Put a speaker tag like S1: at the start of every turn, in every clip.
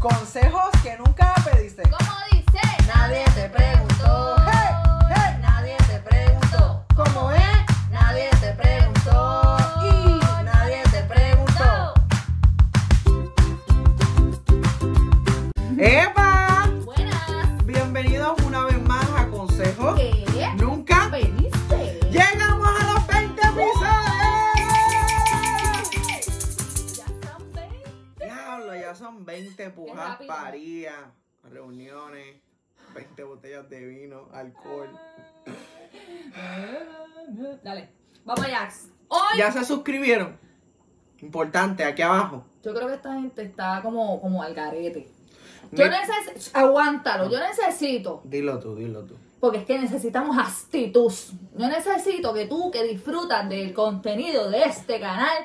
S1: Consejos que nunca pediste.
S2: ¿Cómo dice?
S3: Nadie te preguntó.
S1: Hey, hey.
S3: Nadie te preguntó.
S1: ¿Cómo es?
S3: Nadie te preguntó. Y nadie te preguntó.
S1: ¡Epa!
S2: Buenas.
S1: Bienvenidos una vez más a Consejos
S2: ¿Qué?
S1: Nunca
S2: ¿Veniste?
S1: Llegamos a los 20 episodios.
S2: Ya están 20.
S1: Diablo, ya son 20 pujas
S2: rápido.
S1: parías, reuniones, 20 botellas de vino, alcohol.
S2: Dale. Vamos allá. Hoy.
S1: ¿Ya se suscribieron? Importante, aquí abajo.
S2: Yo creo que esta gente está como, como al garete.
S1: Ne-
S2: Yo necesito. Aguántalo. Yo necesito.
S1: Dilo tú, dilo tú.
S2: Porque es que necesitamos actitud. Yo necesito que tú que disfrutas del contenido de este canal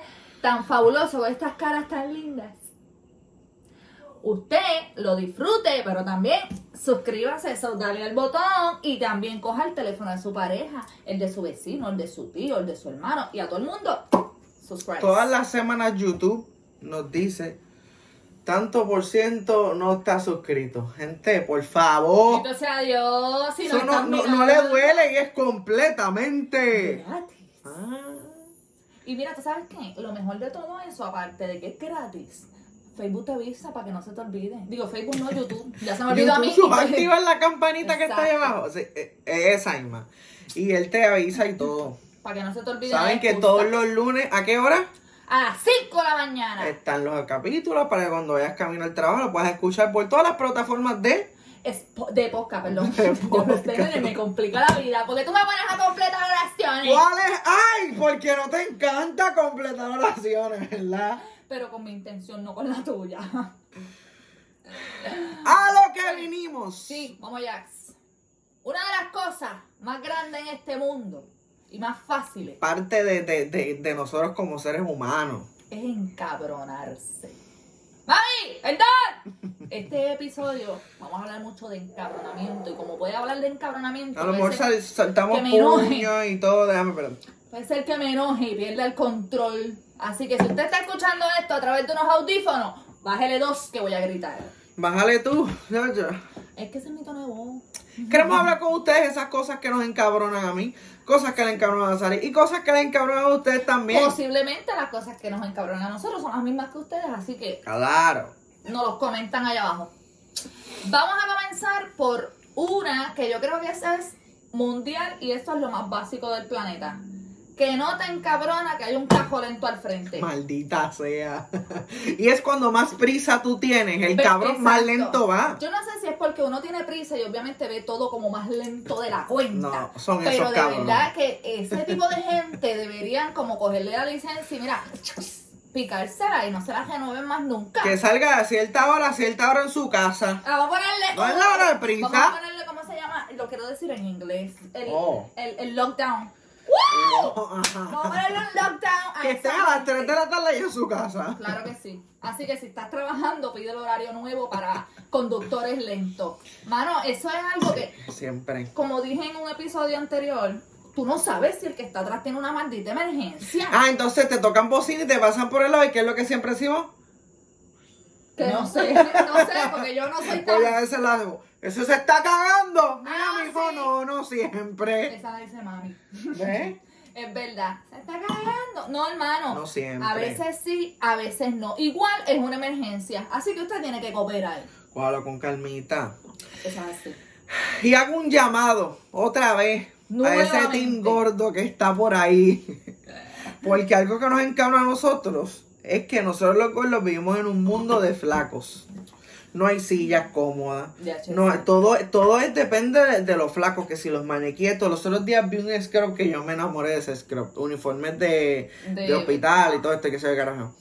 S2: tan fabuloso, con estas caras tan lindas, usted lo disfrute, pero también suscríbase, so, dale al botón y también coja el teléfono de su pareja, el de su vecino, el de su tío, el de su hermano y a todo el mundo. Subscribe.
S1: Todas las semanas YouTube nos dice tanto por ciento no está suscrito. Gente, por favor.
S2: Entonces, adiós. Si
S1: Eso no,
S2: están
S1: no- no le
S2: mirando,
S1: duele y es completamente.
S2: gratis.
S1: Ah,
S2: Y mira, ¿tú sabes qué? Lo mejor de todo eso, aparte de que es gratis, Facebook te avisa para que no se te olvide. Digo, Facebook no, YouTube. Ya se me olvidó a mí.
S1: YouTube, activa la campanita que está ahí
S2: Exacto.
S1: abajo. Sí, eh, esa misma. Y él te avisa y todo.
S2: Para que no se te olvide.
S1: Saben
S2: la
S1: que
S2: excusa.
S1: todos los lunes, ¿a qué hora?
S2: A las 5 de la mañana.
S1: Están los capítulos para que cuando vayas camino al trabajo lo puedas escuchar por todas las plataformas de.
S2: Es po- de podcast, perdón.
S1: De
S2: Yo los tengo y me complica la vida. Porque tú me pones a completar oraciones.
S1: ¿Cuál es? ¡Ay! Porque no te encanta completar oraciones, ¿verdad?
S2: Pero con mi intención, no con la tuya.
S1: A lo que vinimos.
S2: Sí, vamos Jax. Una de las cosas más grandes en este mundo y más fáciles
S1: Parte de, de, de, de nosotros como seres humanos.
S2: es encabronarse. ¡Mami! ¡Perdón! Este episodio vamos a hablar mucho de encabronamiento. Y como puede hablar de encabronamiento,
S1: A lo
S2: puede
S1: mejor
S2: ser-
S1: sal- saltamos
S2: que me enoje.
S1: puños y todo. Déjame, perdón.
S2: Puede ser que me enoje y pierda el control. Así que si usted está escuchando esto a través de unos audífonos, bájele dos que voy a gritar.
S1: Bájale tú. ya, ya.
S2: Es que ese es mi tono de voz.
S1: Queremos hablar con ustedes esas cosas que nos encabronan a mí, cosas que le encabronan a Sari y cosas que le encabronan a ustedes también.
S2: Posiblemente las cosas que nos encabronan a nosotros son las mismas que ustedes, así que
S1: Claro.
S2: nos los comentan allá abajo. Vamos a comenzar por una que yo creo que esa es mundial y esto es lo más básico del planeta. Que no te encabrona que hay un cajón en tu al frente.
S1: Maldita sea. Y es cuando más prisa tú tienes, el
S2: Ve-
S1: cabrón más
S2: exacto.
S1: lento va.
S2: Yo no sé si es porque uno tiene prisa y obviamente ve todo como más lento de la cuenta.
S1: No, son
S2: pero
S1: esos
S2: de
S1: cabrones.
S2: verdad que ese tipo de gente deberían como cogerle la licencia y mira, picársela y no se la renoven más nunca.
S1: Que salga a cierta hora, a cierta hora en su casa.
S2: Vamos a ponerle.
S1: No es la hora de prisa.
S2: Vamos a ponerle cómo se llama. Lo quiero decir en inglés. El,
S1: Oh.
S2: el, el lockdown. ¡Wow! Vamos a
S1: Ajá.
S2: ponerle un lockdown. a
S1: Que
S2: esa
S1: esté a las
S2: gente.
S1: 3 de la tarde y en su casa.
S2: Claro que sí. Así que si estás trabajando, pide el horario nuevo para conductores lentos. Mano, eso es algo que,
S1: Siempre.
S2: como dije en un episodio anterior, tú no sabes si el que está atrás tiene una maldita emergencia.
S1: Ah, entonces te tocan bocina y te pasan por el lado. ¿Y qué es lo que siempre decimos?
S2: Que no sé, no sé, porque yo no soy tan.
S1: Oye, a ese lado. Eso se está cagando. Mira,
S2: Ah,
S1: mijo,
S2: sí.
S1: no, no siempre.
S2: Esa dice mami.
S1: ¿Ves?
S2: Es verdad. Se está cagando. No, hermano.
S1: No siempre.
S2: A veces sí, a veces no. Igual es una emergencia. Así que usted tiene que cooperar.
S1: Cuadro con calmita.
S2: Eso es así.
S1: Y hago un llamado otra vez a ese
S2: Nuevamente.
S1: team gordo que está por ahí. Porque algo que nos encabra a nosotros es que nosotros los gordos vivimos en un mundo de flacos. No hay sillas cómodas.
S2: Ya, che,
S1: No,
S2: sí.
S1: todo, todo es- depende de, de los flacos, que si los maniquietos. Los otros días vi un scrub que yo me enamoré de ese scrub. Uniformes de,
S2: De-
S1: de hospital y todo este que se ve carajo.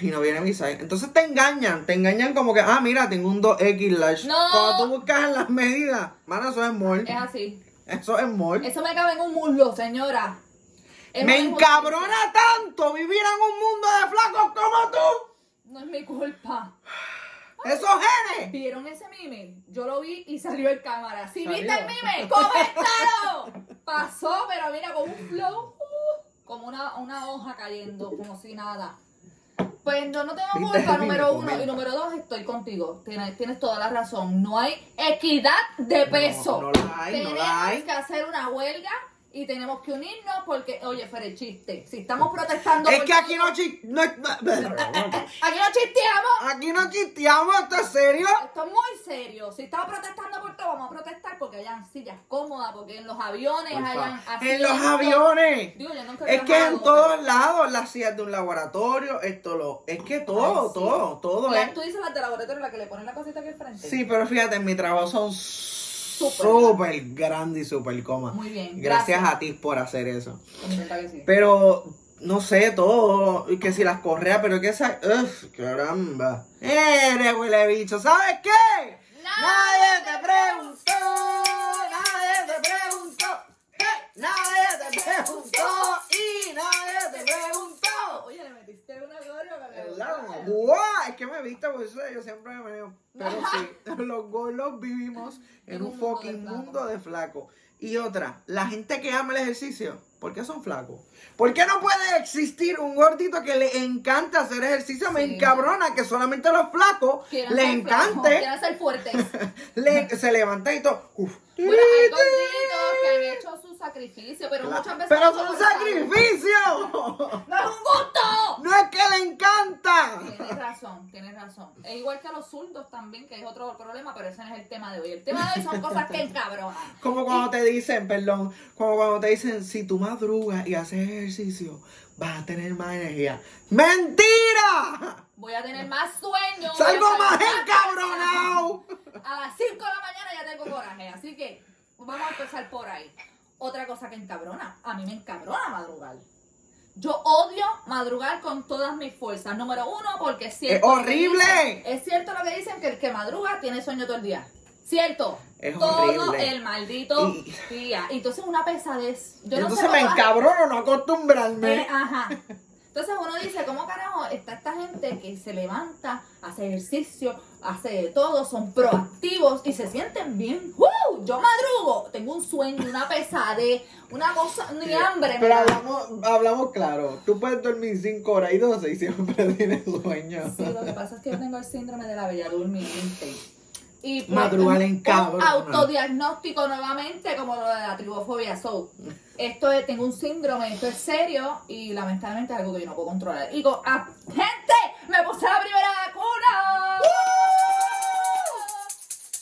S1: Y no viene mi size. Entonces te engañan, te engañan como que, ah, mira, tengo un 2X large.
S2: No.
S1: Cuando tú buscas en las medidas, mano, eso es mol.
S2: Es así.
S1: Eso es mol.
S2: Eso me cabe en un muslo, señora. Es
S1: Me
S2: una
S1: encabrona tanto vivir en un mundo de flacos como tú.
S2: injusticia. No es mi culpa.
S1: Esos genes.
S2: ¿Vieron ese meme? Yo lo vi y salió en cámara. Si
S1: Salió.
S2: viste el meme, coméntalo. Pasó, pero mira, con un flow, uh, como una, una hoja cayendo, como si nada. Pues yo no tengo
S1: Viste,
S2: culpa,
S1: mira,
S2: número uno.
S1: comenta.
S2: Y número dos, estoy contigo. Tienes, tienes toda la razón. No hay equidad de peso.
S1: No, no la hay, no
S2: tenemos
S1: la hay.
S2: que hacer una huelga y tenemos que unirnos porque, oye, Fer, chiste. Si estamos protestando.
S1: Es
S2: por
S1: que
S2: todo-
S1: aquí no chi- no- no-
S2: Aquí no chisteamos.
S1: Aquí no chisteamos, ¿esto es serio?
S2: Esto es muy serio. Si estamos protestando por todo, vamos a protestar porque hayan sillas cómodas, porque en los aviones
S1: Por favor.
S2: hayan así.
S1: En los aviones.
S2: Digo, yo nunca he
S1: Es que en
S2: viajado,
S1: todos lados, las sillas de un laboratorio, esto lo. Es que todo,
S2: Ay, sí.
S1: todo, todo
S2: La-
S1: es.
S2: Tú dices la de laboratorio, la que le ponen la cosita aquí al frente.
S1: Sí, pero fíjate, en mi trabajo son súper grandes y súper comas.
S2: Muy bien,
S1: Gracias,
S2: gracias.
S1: a ti por hacer eso.
S2: Contenta que sí.
S1: Pero, no sé, todo. y Que si las correas, pero que esa. Uf, caramba. Eres huele bicho, ¿sabes qué? Nadie te preguntó, nadie te preguntó, hey, nadie te preguntó y nadie te preguntó.
S2: Oye, le metiste una gloria para que-
S1: ¿Verdad? Guau, Es que me viste por eso, yo siempre me veo. Pero sí, los gordos vivimos en
S2: En
S1: un
S2: un mundo
S1: fucking
S2: de flacos.
S1: mundo de flacos. Y otra, la gente que ama el ejercicio, ¿por qué son flacos? ¿Por qué no puede existir un gordito que le encanta hacer ejercicio? Me
S2: Sí.
S1: encabrona que solamente a los flacos
S2: Quieran
S1: les
S2: ser flacos,
S1: encante.
S2: Quieran ser fuertes.
S1: Le- se levanta y todo. Uf.
S2: Bueno, hay gorditos que han hecho su sacrificio, pero
S1: La-
S2: muchas veces.
S1: pero
S2: no
S1: es
S2: son
S1: un
S2: sanos.
S1: sacrificio.
S2: ¡No es un gusto!
S1: No es que le encanta.
S2: Tienes razón, tienes razón. Es igual que los zurdos también, que es otro problema, pero ese no es el tema de hoy. El tema de hoy son cosas que encabronan.
S1: Como cuando te dicen, perdón, como cuando te dicen, si tú madrugas y haces ejercicio, vas a tener más energía. ¡Mentira!
S2: Voy a tener más sueño.
S1: ¡Salgo
S2: voy a
S1: más
S2: estar
S1: encabronado!
S2: A las 5 de la mañana ya tengo coraje, así que vamos a empezar por ahí. Otra cosa que encabrona, a mí me encabrona madrugar. Yo odio madrugar con todas mis fuerzas. Número uno, porque es cierto.
S1: ¡Es
S2: lo que
S1: horrible!
S2: dicen- es cierto lo que dicen que el que madruga tiene sueño todo el día. Cierto.
S1: Es
S2: todo
S1: horrible.
S2: el maldito
S1: Y-
S2: día. Y Entonces una pesadez. Yo no sé
S1: Entonces me
S2: cómo-
S1: encabrono no
S2: eh,
S1: acostumbrarme.
S2: ajá. Entonces uno dice, ¿cómo carajo está esta gente que se levanta, hace ejercicio, hace de todo, son proactivos y se sienten bien? ¡Uh! Yo madrugo, tengo un sueño, una pesadez, una cosa, ni hambre. me
S1: Pero
S2: da.
S1: hablamos, hablamos claro, tú puedes dormir 5 horas y 12 y siempre tienes sueño.
S2: Sí, lo que pasa es que yo tengo el síndrome de la bella durmiente. Y pues,
S1: Madrugar en
S2: un
S1: cabrón.
S2: autodiagnóstico nuevamente como lo de la tribofobia. So, esto es, tengo un síndrome, esto es serio y lamentablemente es algo que yo no puedo controlar. Y con, ah, gente, me puse la primera vacuna.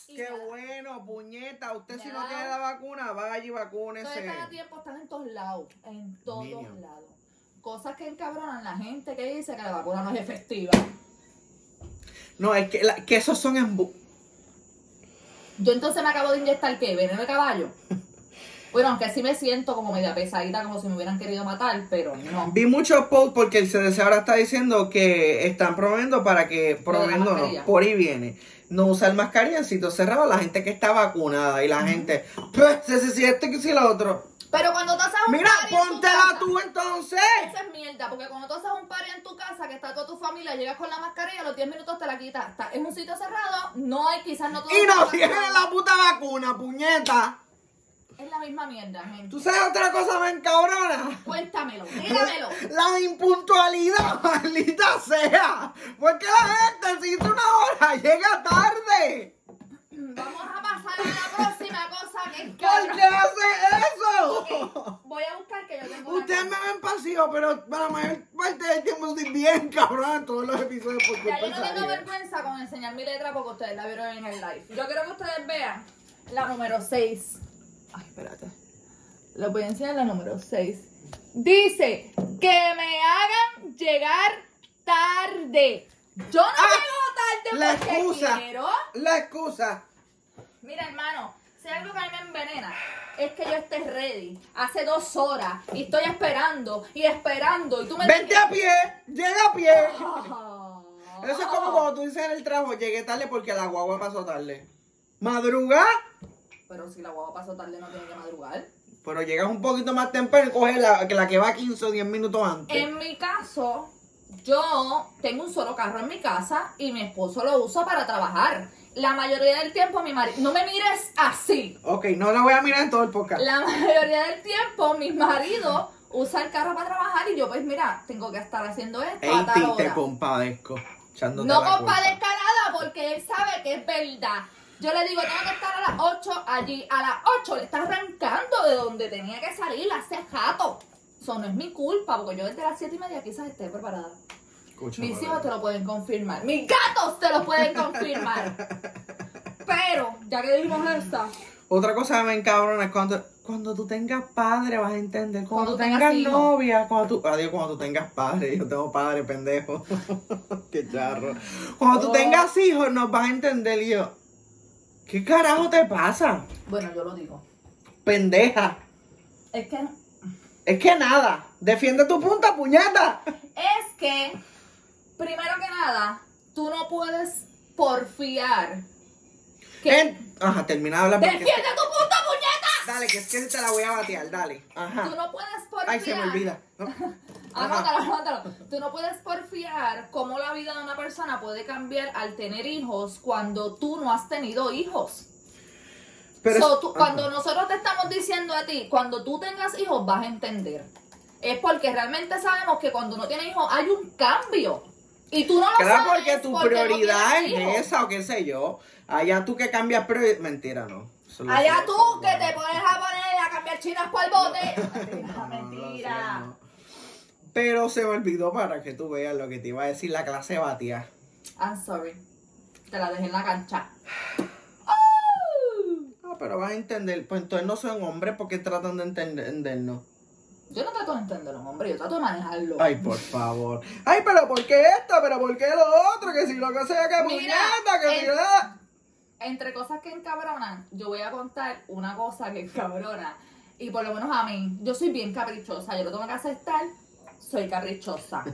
S2: Y
S1: Qué
S2: nada,
S1: bueno, puñeta. Usted si
S2: Ya.
S1: no tiene la vacuna, vaya y
S2: Entonces
S1: vacúnese.
S2: están a tiempo, están en todos lados, en todos
S1: Minion.
S2: lados. Cosas que encabronan la gente que dice que la vacuna no es efectiva.
S1: No, es que, la- que esos son embu...
S2: Yo entonces me acabo de inyectar qué, veneno de caballo. Bueno, aunque sí me siento como media pesadita, como si me hubieran querido matar, pero no.
S1: Vi muchos posts porque el CDC ahora está diciendo que están promoviendo para que, promoviendo no,
S2: mascarilla.
S1: por ahí viene, no usar mascarilla en sitios cerrados, la gente que está vacunada y la gente, pues, si, si, si este que si lo otro.
S2: Pero cuando tú haces un
S1: Mira,
S2: party en tu
S1: póntela
S2: casa,
S1: tú entonces.
S2: Eso es mierda, porque cuando tú haces un party en tu casa, que está toda tu familia, llegas con la mascarilla, a los 10 minutos te la quitas. Está- es un sitio cerrado, no hay, quizás no todo
S1: Y
S2: el mundo
S1: no
S2: está
S1: tiene
S2: vacunado.
S1: la puta vacuna, puñeta.
S2: Es la misma mierda, gente.
S1: ¿Tú sabes otra cosa, ven cabrona?
S2: Cuéntamelo, dígamelo.
S1: La impuntualidad, maldita sea. Porque la gente si hizo una hora llega tarde.
S2: Vamos a pasar a la próxima cosa que es
S1: ¿Por qué
S2: cabrón.
S1: hace eso?
S2: Voy a buscar que yo tengo una
S1: Ustedes
S2: cosa.
S1: me ven pasivo, pero para la mayor parte del tiempo estoy bien cabrón en todos los episodios por culpa
S2: Ya, yo no
S1: de
S2: tengo
S1: Xavier.
S2: vergüenza con enseñar mi letra porque ustedes la vieron en el live. Yo quiero que ustedes vean la número 6. Ay, espérate. Les voy a enseñar la número 6. Dice que me hagan llegar tarde. Yo no
S1: Ah,
S2: llego
S1: la
S2: tarde porque
S1: excusa.
S2: quiero.
S1: La excusa.
S2: Mira, hermano, si hay algo que a mí me envenena es que yo esté ready hace dos horas y estoy esperando y esperando y tú me
S1: Vente a pie, llega a pie.
S2: Ah.
S1: Eso es como cuando tú dices en el trabajo, llegué tarde porque la guagua pasó tarde. Madruga,
S2: Pero si la guagua pasó tarde, no tiene que madrugar.
S1: pero llegas un poquito más temprano y coges la, que la que va 15 o 10 minutos antes.
S2: En mi caso, yo tengo un solo carro en mi casa y mi esposo lo usa para trabajar. La mayoría del tiempo, mi marido. No me mires así.
S1: Ok, no la voy a mirar en todo el podcast.
S2: La mayoría del tiempo, mi marido usa el carro para trabajar y yo, pues mira, tengo que estar haciendo esto
S1: Ey,
S2: a tal
S1: ti, te
S2: hora.
S1: compadezco. echándote la
S2: No
S1: culpa.
S2: compadezca nada porque él sabe que es verdad. Yo le digo, tengo que estar a las 8 allí. A las 8 le está arrancando de donde tenía que salir hace rato. Eso no es mi culpa, porque yo desde las 7 y media quizás esté preparada.
S1: Escucha,
S2: Mis
S1: madre.
S2: hijos te lo pueden confirmar. Mis gatos te lo pueden confirmar. Pero, ya que dijimos esta,
S1: Otra cosa que me encabrona es cuando, cuando tú tengas padre vas a entender. Cuando,
S2: Cuando
S1: tú
S2: tengas
S1: tengas
S2: hijos.
S1: novia, cuando tú. Adiós, cuando tú tengas padre. Yo tengo padre, pendejo. Qué charro. Cuando tú
S2: Oh.
S1: tengas hijos, nos vas a entender. Y yo, ¿qué carajo te pasa?
S2: bueno, yo lo digo.
S1: Pendeja.
S2: Es que,
S1: Es que nada. Defiende tu punta, puñeta.
S2: es que, primero que nada, tú no puedes porfiar. que-
S1: En- Ajá, termina de hablar. porque- este
S2: ¡Defiende tu puta puñeta!
S1: Dale, que es que te la voy a batear, dale. Ajá.
S2: Tú no Ah, puedes porfiar.
S1: Ay, se me olvida. No.
S2: Anótalo, anótalo. Tú no puedes porfiar cómo la vida de una persona puede cambiar al tener hijos cuando tú no has tenido hijos.
S1: Pero
S2: So,
S1: es-
S2: tú-
S1: ajá.
S2: cuando nosotros te estamos diciendo a ti, cuando tú tengas hijos vas a entender. Es porque realmente sabemos que cuando uno tiene hijos hay un cambio. Y tú no lo
S1: Claro,
S2: sabes.
S1: porque tu
S2: no
S1: prioridad
S2: tienes hijos.
S1: es esa o qué sé yo. Allá tú que cambias prioridad. Mentira, no. Eso lo
S2: Allá
S1: sé,
S2: tú
S1: eso
S2: que
S1: no.
S2: te pones a poner a cambiar chinas por el bote. Mentira,
S1: No, no, no,
S2: Ah, mentira.
S1: no. Pero se me olvidó para que tú veas lo que te iba a decir la clase batía.
S2: I'm sorry. Te la dejé en la cancha.
S1: Ah, pero vas a entender. Pues entonces no son hombres porque tratan de entendernos.
S2: Yo no trato de entenderlo, hombre, yo trato de manejarlo.
S1: Ay, por favor. Ay, pero ¿por qué esto? ¿Pero por qué lo otro? Que si lo que sea, que
S2: Mira,
S1: puñeta, que si
S2: el-
S1: la-
S2: Entre cosas que encabronan, yo voy a contar una cosa que encabrona. Y por lo menos a mí, yo soy bien caprichosa, yo lo tengo que aceptar, soy caprichosa.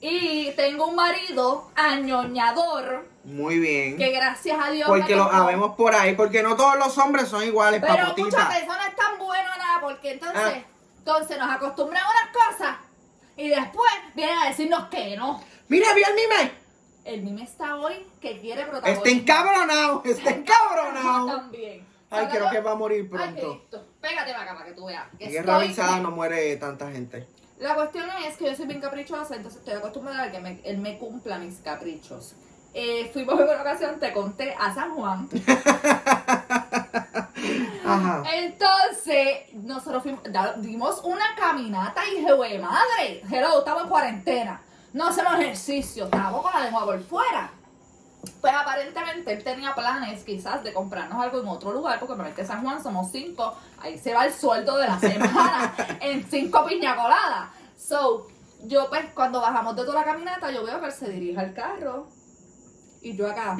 S2: y tengo un marido añoñador,
S1: Muy bien.
S2: que gracias a Dios... me
S1: Porque lo
S2: tocó.
S1: habemos por ahí, porque no todos los hombres son iguales,
S2: Pero muchas
S1: papotita.
S2: personas están buenas nada, porque entonces,
S1: Ah.
S2: entonces nos acostumbran a unas cosas y después vienen a decirnos que no.
S1: Mira, vi al mime.
S2: El mime está hoy que quiere protagonismo.
S1: Está encabronado, está encabronado.
S2: También.
S1: Ay,
S2: Ahora
S1: creo
S2: yo-
S1: que va a morir
S2: Ay,
S1: pronto.
S2: Cristo. Pégate para acá para que tú veas. que
S1: En guerra
S2: estoy-
S1: avisada no muere tanta gente.
S2: La cuestión es que yo soy bien caprichosa, entonces estoy acostumbrada a que me- él me cumpla mis caprichos. Eh, fuimos en una ocasión, te conté, a San Juan.
S1: Ajá.
S2: Entonces, nosotros fuimos, da- dimos una caminata y dije, "Güey, madre, hello, estamos en cuarentena, no hacemos ejercicio, estamos con la lengua por fuera. Pues aparentemente él tenía planes quizás de comprarnos algo en otro lugar, porque realmente San Juan somos cinco, ahí se va el sueldo de la semana en cinco piña coladas. So, yo pues cuando bajamos de toda la caminata, yo veo que él se dirige al carro y yo acá.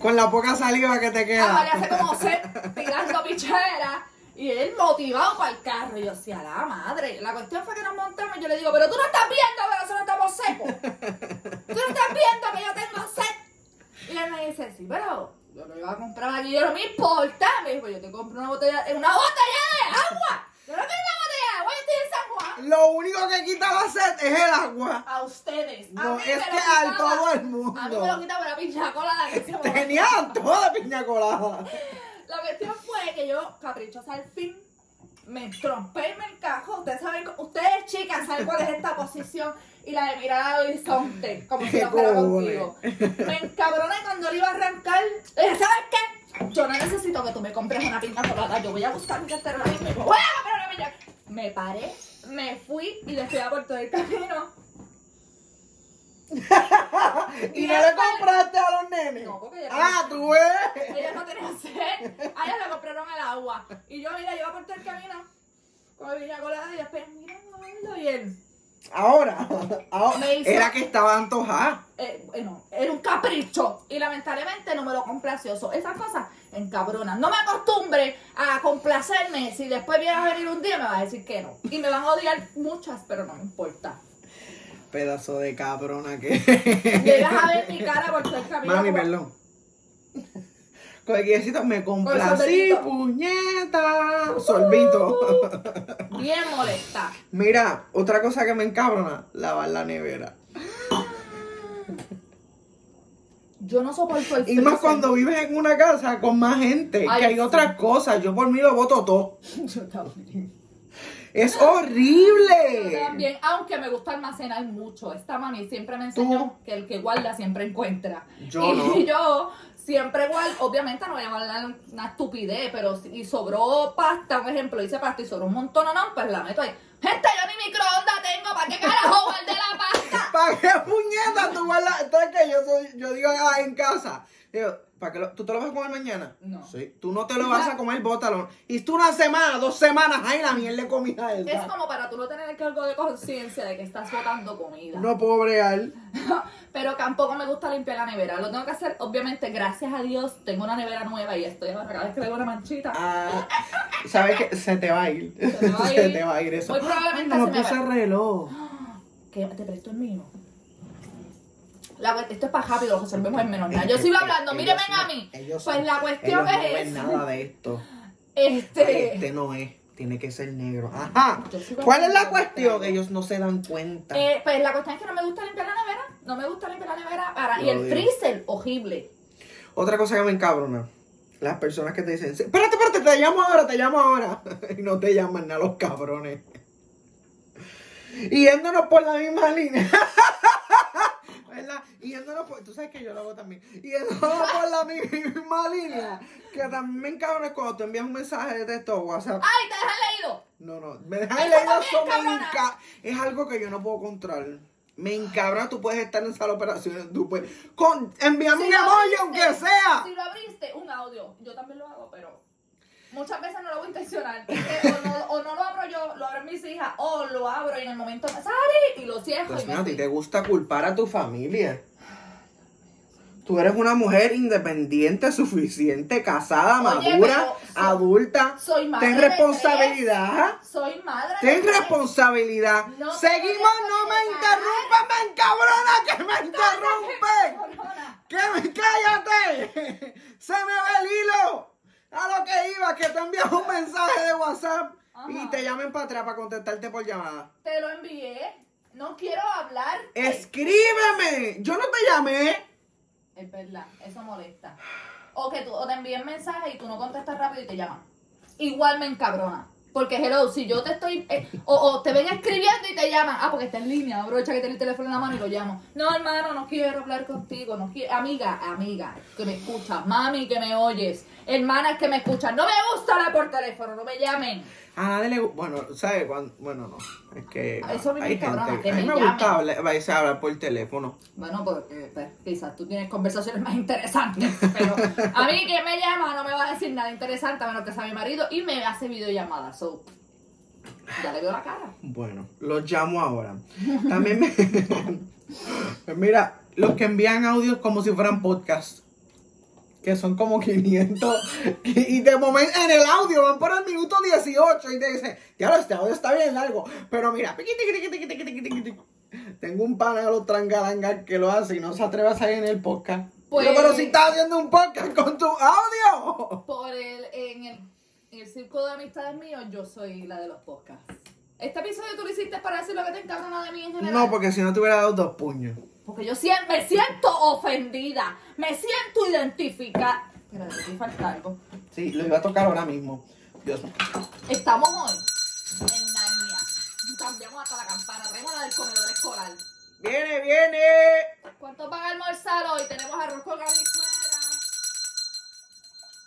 S1: Con la poca saliva que te
S2: Amalia
S1: queda.
S2: Ah, hace como se tirando pichera. Y él motivado para el carro. Y yo, sí, a la madre. La cuestión fue que nos montamos. Y yo le digo, pero tú no estás viendo que nosotros estamos secos. Tú no estás viendo que yo tengo sed. Y él me dice, sí, pero yo lo iba a comprar aquí. Yo no me importa. Me dijo, yo te compro una botella, una botella de agua. Yo no quiero una botella de agua. Yo estoy en San Juan.
S1: Lo único que quita la sed es el agua.
S2: A ustedes. a
S1: No,
S2: mí
S1: es
S2: me
S1: que
S2: lo
S1: al
S2: quitaba-
S1: todo el
S2: A mí me lo
S1: mundo.
S2: quitaba una pincha colada que se me-
S1: Tenían toda piña colada.
S2: La cuestión fue que yo, caprichosa al fin, me trompé en el cajón. Ustedes saben, cu- ustedes chicas saben cuál es esta posición y la de mirar al horizonte, como si yo fuera contigo. Me encabroné cuando le iba a arrancar. Le dije, ¿sabes qué? Yo no necesito que tú me compres una pinta colada. Yo voy a buscar mi cartera ahora mismo y me voy a comprar una piña". Me paré, me fui y le fui a por todo el camino.
S1: Y no le compraste a los nenes.
S2: No, porque ya-
S1: Ah, tú ves.
S2: Ellas no tenían sed. A ellas le compraron el agua. Y yo, mira, yo iba por todo el camino. Cuando vine a colada y después, pues, mira, no y él.
S1: Ahora, ahora
S2: Me hizo-
S1: era que estaba antojada.
S2: Eh, bueno, era un capricho y lamentablemente no me lo complació. So, esas cosas encabronan. No me acostumbre a complacerme si después viene a venir un día y me va a decir que no. Y me van a odiar muchas, pero no me importa.
S1: Pedazo de cabrona que.
S2: Llegas a ver mi cara por todo el camino.
S1: Mami,
S2: como-
S1: perdón. Cualquiercito me complací,
S2: sorbetito.
S1: puñeta.
S2: Uh-huh.
S1: Sorbito.
S2: Bien molesta.
S1: Mira, otra cosa que me encabrona, lavar la nevera.
S2: Yo no soporto el
S1: Y más
S2: freezer.
S1: cuando vives en una casa con más gente,
S2: Ay,
S1: que hay
S2: sí.
S1: otras cosas. Yo por mí lo voto todo.
S2: Yo también.
S1: Es horrible.
S2: Yo también, aunque me gusta almacenar mucho. Esta mami siempre me enseñó que el que guarda siempre encuentra.
S1: Yo
S2: y
S1: no.
S2: yo siempre guardo, obviamente no voy a guardar una estupidez, pero si y sobró pasta, por ejemplo, hice pasta y sobró un montón, no, no, pues la meto ahí. Gente, yo ni microondas tengo, ¿para qué carajo guardé la pasta?
S1: ¿Para qué puñeta tú guardas? Entonces que yo, soy, yo digo ah, en casa. Digo, ¿para qué lo- ¿Tú te lo vas a comer mañana?
S2: No.
S1: Sí. Tú no te lo vas a comer, bótalo. Y tú una semana, dos semanas, ay, la mierda de comida esa.
S2: Es como para tú no tener el cargo de conciencia de que estás botando comida.
S1: No puedo bregar.
S2: Pero tampoco me gusta limpiar la nevera. Lo tengo que hacer, obviamente, gracias a Dios, tengo una nevera nueva y estoy ahora cada vez que le veo una manchita.
S1: Ah, ¿Sabes qué? Se te va a ir.
S2: Se te va a ir.
S1: Se te va a ir eso.
S2: Muy probablemente
S1: Ay, no
S2: se me
S1: puse
S2: va.
S1: reloj.
S2: que te presto el mío. La cuest- esto es para rápido, lo resolvemos en menos nada. Yo sigo hablando,
S1: Ellos
S2: miren, ven
S1: no-
S2: a mí.
S1: ellos
S2: Pues
S1: no-
S2: la cuestión
S1: ellos no ven
S2: es
S1: nada de esto.
S2: este,
S1: Este no es. Tiene que ser negro. Ajá.
S2: Yo sigo
S1: ¿Cuál es la
S2: hablando de
S1: cuestión?
S2: esto.
S1: Ellos no se dan cuenta.
S2: eh, pues la cuestión es que no me gusta limpiar la nevera, no me gusta limpiar la nevera para y
S1: Lo
S2: el
S1: veo.
S2: freezer horrible.
S1: Otra cosa que me encabrona. Las personas que te dicen, "Sí, espérate, espérate, te llamo ahora, te llamo ahora. Y no te llaman nada los cabrones. Y yéndonos por la misma línea. ¿Verdad? Y yéndonos por. Tú sabes que yo lo hago también. Y yéndonos por la misma línea. Que también me encabrona cuando tú envías un mensaje de texto o WhatsApp.
S2: Ay, te dejan leído.
S1: No, no, me
S2: Eso
S1: dejan leído
S2: también,
S1: eso, me
S2: cabrona.
S1: enca- Es algo que yo no puedo controlar. Me encabrona, tú puedes estar en sala de operaciones, tú puedes. Con, envíame
S2: Si
S1: un
S2: eh, lo
S1: emoji
S2: abriste,
S1: aunque sea.
S2: Si lo abriste, un audio. Yo también lo hago, pero muchas veces no lo voy a intencionar. porque o, no, o no lo abro yo, lo abren mis hijas, o lo abro y en el momento me sale y lo cierro.
S1: Dios
S2: y me
S1: mío, a ti
S2: fui.
S1: te gusta culpar a tu familia. Tú eres una mujer independiente, suficiente, casada,
S2: Oye,
S1: madura,
S2: pero so-
S1: adulta.
S2: soy madre
S1: Ten
S2: de tres.
S1: responsabilidad.
S2: Soy madre. de
S1: Ten
S2: tres.
S1: responsabilidad.
S2: No te
S1: Seguimos,
S2: dejes
S1: no me
S2: llevar.
S1: interrumpas, me encabrona, que me interrumpen.
S2: Corona.
S1: ¡Que me cállate! ¡Se me va el hilo! A lo que iba, que te envías un mensaje de WhatsApp y
S2: Ajá.
S1: te llamen para atrás para contestarte por llamada.
S2: Te lo envié. No quiero hablar.
S1: ¡Escríbeme! Yo no te llamé.
S2: Es verdad, eso molesta. O que tú o te envíen mensaje y tú no contestas rápido y te llaman. Igual me encabrona. Porque, hello, si yo te estoy. eh, o, o te ven escribiendo y te llaman. Ah, porque está en línea. Aprovecha que tiene el teléfono en la mano y lo llamo. No, hermano, no quiero hablar contigo. no quiero- Amiga, amiga, que me escuchas. Mami, que me oyes. Hermanas, que me escuchas. No me gusta hablar por teléfono. No me llamen.
S1: A nadie le gusta. Bueno, ¿sabes? Cuando- Bueno, no. Es que.
S2: A eso a mí me
S1: hay
S2: cabrona,
S1: gente-
S2: que
S1: a mí me
S2: me llamen.
S1: gusta hablar, a veces hablar por teléfono.
S2: Bueno, porque pues, quizás tú tienes conversaciones más interesantes, pero a mí que me llama no me va a decir nada interesante, a menos que sea mi marido, y me hace videollamadas, so, ya le veo la cara.
S1: Bueno, los llamo ahora. También me. pues Mira, los que envían audios como si fueran podcasts. Que son como 500. Y de momento en el audio van por el minuto 18 y te dicen, ya este audio está bien largo. Pero mira, piqui, tiqui, tiqui, tiqui, tiqui, tiqui, tiqui. tengo un pana de los trangalangas que lo hace y no se atreve a salir en el podcast.
S2: Pues-
S1: Yo, pero si estás haciendo un podcast con tu audio.
S2: Por el, en el, en el círculo de amistades míos, yo soy la de los podcasts. Este episodio tú lo hiciste para decir lo que te encabrona de mí en general.
S1: No, porque si no te hubiera dado dos puños.
S2: Porque yo siempre me siento ofendida, me siento identificada. Espérate, aquí falta algo.
S1: Sí, lo iba a tocar ahora mismo. Dios mío.
S2: Estamos hoy en Narnia. Cambiamos hasta la campana, traemos la del comedor escolar.
S1: Viene, viene.
S2: ¿Cuánto van a almorzar hoy? Tenemos arroz con habichuela,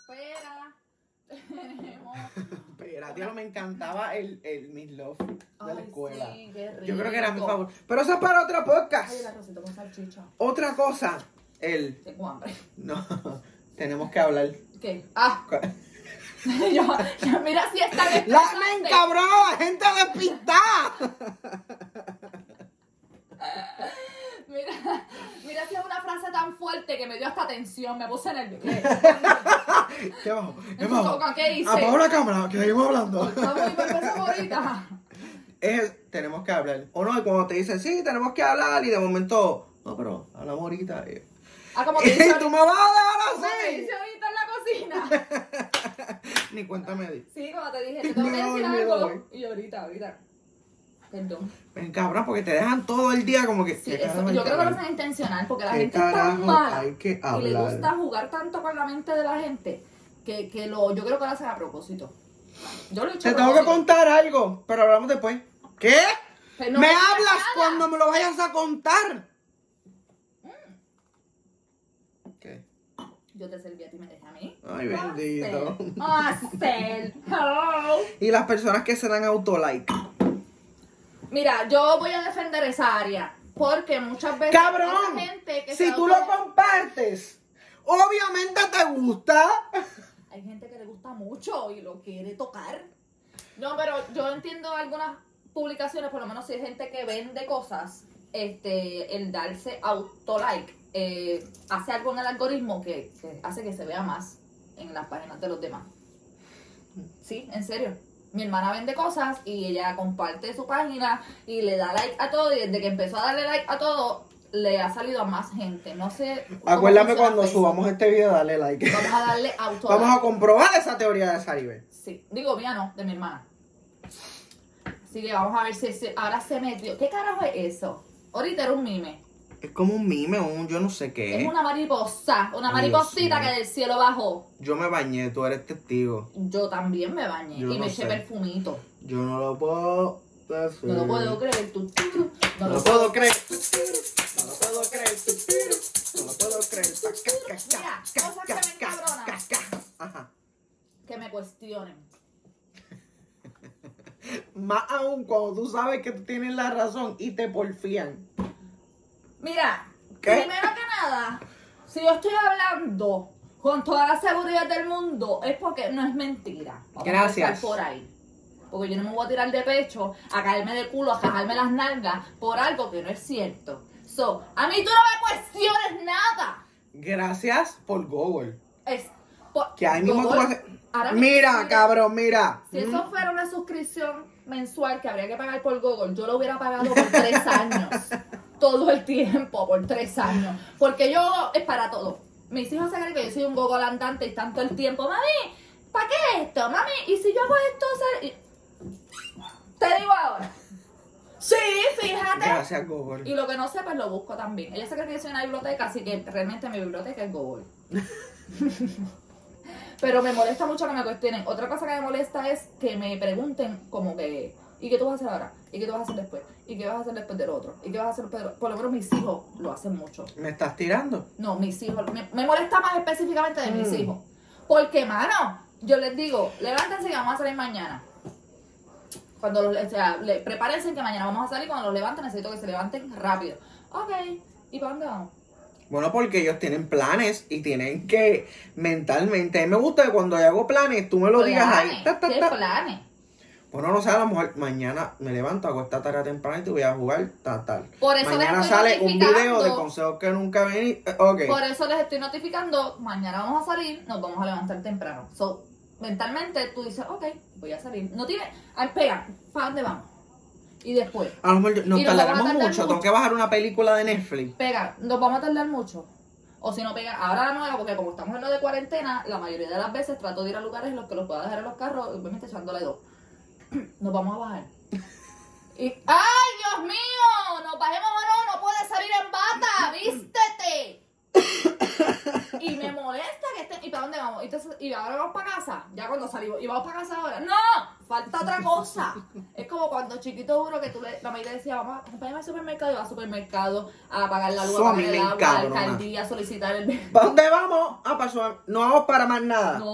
S2: pera, tenemos...
S1: Espera, tío, me encantaba el, el Miss Love de
S2: Ay,
S1: la escuela.
S2: sí, qué rico.
S1: Yo creo que era mi favorito. Pero eso es para otro podcast.
S2: Ay, el arrocito con salchicha.
S1: Otra cosa, el.
S2: Tengo hambre.
S1: No, tenemos que hablar.
S2: ¿Qué? Ah, yo, yo- mira si está bien.
S1: La, me encabronó la gente despistada.
S2: Mira, mira si es una frase tan fuerte que me dio hasta tensión, me puse nerviosa.
S1: ¿Qué bajo? ¿Qué
S2: Eso
S1: bajo?
S2: toca, ¿qué hice?
S1: Apago la cámara, que seguimos hablando.
S2: Vamos y empezamos ahorita.
S1: Es, tenemos que hablar. O no, y cuando te dicen, sí, tenemos que hablar, y de momento, no, pero hablamos ahorita. eh.
S2: Ah, como te
S1: Y
S2: dice
S1: tú
S2: ahorita,
S1: me vas a dejar
S2: como te
S1: así.
S2: dice ahorita en la cocina.
S1: Ni cuenta me di.
S2: Sí, cuando te dije, te tengo que
S1: Me
S2: decir
S1: voy, me
S2: algo.
S1: voy.
S2: Y yo, ahorita, ahorita. Perdón.
S1: Ven, Pues, cabrón, porque te dejan todo el día como que.
S2: Sí,
S1: ¿qué
S2: eso,
S1: carajo hay
S2: yo creo que lo
S1: hablar?
S2: hacen intencional porque la
S1: ¿Qué
S2: gente es tan
S1: carajo
S2: mala
S1: hay que
S2: y le
S1: hablar?
S2: gusta jugar tanto con la mente de la gente que, que lo, yo creo que lo hacen a propósito. Yo lo he hecho.
S1: Te
S2: a
S1: tengo que
S2: propósito.
S1: contar algo, pero hablamos después. ¿Qué?
S2: Pero no
S1: me
S2: me digas
S1: hablas
S2: nada.
S1: cuando me lo vayas a contar. ¿Qué?
S2: Yo te serví a ti, me dejé a mí.
S1: Ay, bendito.
S2: Hacer, hacer. Hello.
S1: Y las personas que se dan autolike.
S2: Pues, Mira, yo voy a defender esa área. Porque muchas veces.
S1: ¡Cabrón!
S2: hay gente que
S1: Si
S2: se
S1: tú lo
S2: auto-
S1: compartes, obviamente te gusta.
S2: Hay gente que le gusta mucho y lo quiere tocar. No, pero yo entiendo algunas publicaciones, por lo menos si hay gente que vende cosas, este, el darse auto-like eh, hace algo en el algoritmo que, que hace que se vea más en las páginas de los demás. Sí, en serio. Mi hermana vende cosas y ella comparte su página y le da like a todo. Y desde que empezó a darle like a todo, le ha salido a más gente. No sé. cómo
S1: Acuérdame
S2: funciona
S1: cuando
S2: Facebook.
S1: subamos este video, dale like.
S2: Vamos a darle auto
S1: Vamos a comprobar esa teoría de Saribel.
S2: Sí, digo mía no, de mi hermana. Así que vamos a ver si ese- ahora se metió. ¿Qué carajo es eso? Ahorita era un mime.
S1: Es como un mime, un yo no sé qué.
S2: Es una mariposa, una
S1: Dios
S2: mariposita
S1: mío.
S2: que del cielo bajó.
S1: Yo me bañé, tú eres testigo.
S2: Yo también me bañé
S1: Yo
S2: y
S1: no
S2: me eché
S1: sé.
S2: perfumito.
S1: Yo no lo puedo decir.
S2: No lo puedo creer, tú. tú, tú, No
S1: No
S2: lo
S1: lo
S2: puedo.
S1: puedo creer. No lo puedo creer. No lo puedo creer. Ca, ca, ca,
S2: Mira,
S1: ca,
S2: cosas que
S1: ca,
S2: ven
S1: ca,
S2: cabronas.
S1: ca, ca. Ajá.
S2: Que me cuestionen.
S1: Más aún cuando tú sabes que tú tienes la razón y te porfían.
S2: Mira,
S1: ¿Qué?
S2: primero que nada, si yo estoy hablando con toda la seguridad del mundo, es porque no es mentira. Vamos a
S1: Gracias.
S2: empezar por ahí. Porque yo no me voy a tirar de pecho, a caerme de culo, a jajarme las nalgas por algo que no es cierto. So, a mí tú no me cuestiones nada.
S1: Gracias por Google.
S2: Es por-
S1: Que ahí mismo tú
S2: Google,
S1: vas a-
S2: ahora mismo,
S1: Mira,
S2: mira,
S1: cabrón, mira.
S2: Si eso fuera una suscripción mensual que habría que pagar por Google, yo lo hubiera pagado por tres años. todo el tiempo, por tres años. Porque yo es para todo. Mis hijos se creen que yo soy un Google andante y tanto el tiempo. Mami, ¿para qué esto? Mami, ¿y si yo hago esto? sale-?" Y- Te digo ahora. Sí, fíjate.
S1: Gracias, Google.
S2: Y lo que no sepa lo busco también. Ella se cree que yo soy una biblioteca, así que realmente mi biblioteca es Google. Pero me molesta mucho que me cuestionen. Otra cosa que me molesta es que me pregunten como que, ¿y qué tú vas a hacer ahora? ¿Y qué tú vas a hacer después? ¿Y qué vas a hacer después del otro? ¿Y qué vas a hacer después del otro? Por lo menos mis hijos lo hacen mucho.
S1: ¿Me estás tirando?
S2: No, mis hijos. Me, me molesta más específicamente de
S1: Mm.
S2: mis hijos. Porque, mano, yo les digo, levántense que vamos a salir mañana. Cuando los, o sea, le- prepárense que mañana vamos a salir. Cuando los levanten, necesito que se levanten rápido. Ok, ¿y para dónde vamos?
S1: Bueno, porque ellos tienen planes y tienen que mentalmente. A mí me gusta que cuando yo hago planes, tú me lo digas ahí. Ta, ta,
S2: ¿Qué
S1: ta.
S2: planes?
S1: Bueno, no sé, a lo mejor mañana me levanto, hago esta tarea temprana y te voy a jugar tal, tal.
S2: Por eso
S1: mañana
S2: les estoy
S1: sale un video de
S2: notificando.
S1: consejos que nunca vení. eh, Ok.
S2: Por eso les estoy notificando, mañana vamos a salir, nos vamos a levantar temprano. So, mentalmente tú dices, ok, voy a salir. No tiene, ay, espera, ¿para dónde vamos? Y después,
S1: A lo mejor yo- nos
S2: Y nos vamos a
S1: tardaremos
S2: tardar
S1: mucho.
S2: mucho.
S1: Tengo que bajar una película de Netflix.
S2: pega, nos vamos a tardar mucho. O si no pega, ahora la nueva, porque como estamos en lo de cuarentena, la mayoría de las veces trato de ir a lugares en los que los pueda dejar en los carros, obviamente echándole dos. Nos vamos a bajar. Y, ¡Ay, Dios mío! ¡Nos bajemos o no! ¡No puedes salir en bata! ¡Vístete! y me molesta que estén. ¿Y para dónde vamos? Entonces, y ahora vamos para casa. Ya cuando salimos. ¿Y vamos para casa ahora? ¡No! Falta otra cosa. es como cuando chiquito uno que tú le. La mayoría decía, vamos, acompáñame al supermercado. Y va al supermercado a pagar la luz,
S1: Eso a
S2: a
S1: mí
S2: pagar
S1: me
S2: el agua, a la
S1: encabrona.
S2: alcaldía, a solicitar el.
S1: ¿Para dónde vamos? Ah, pasó. No vamos para más nada.
S2: no.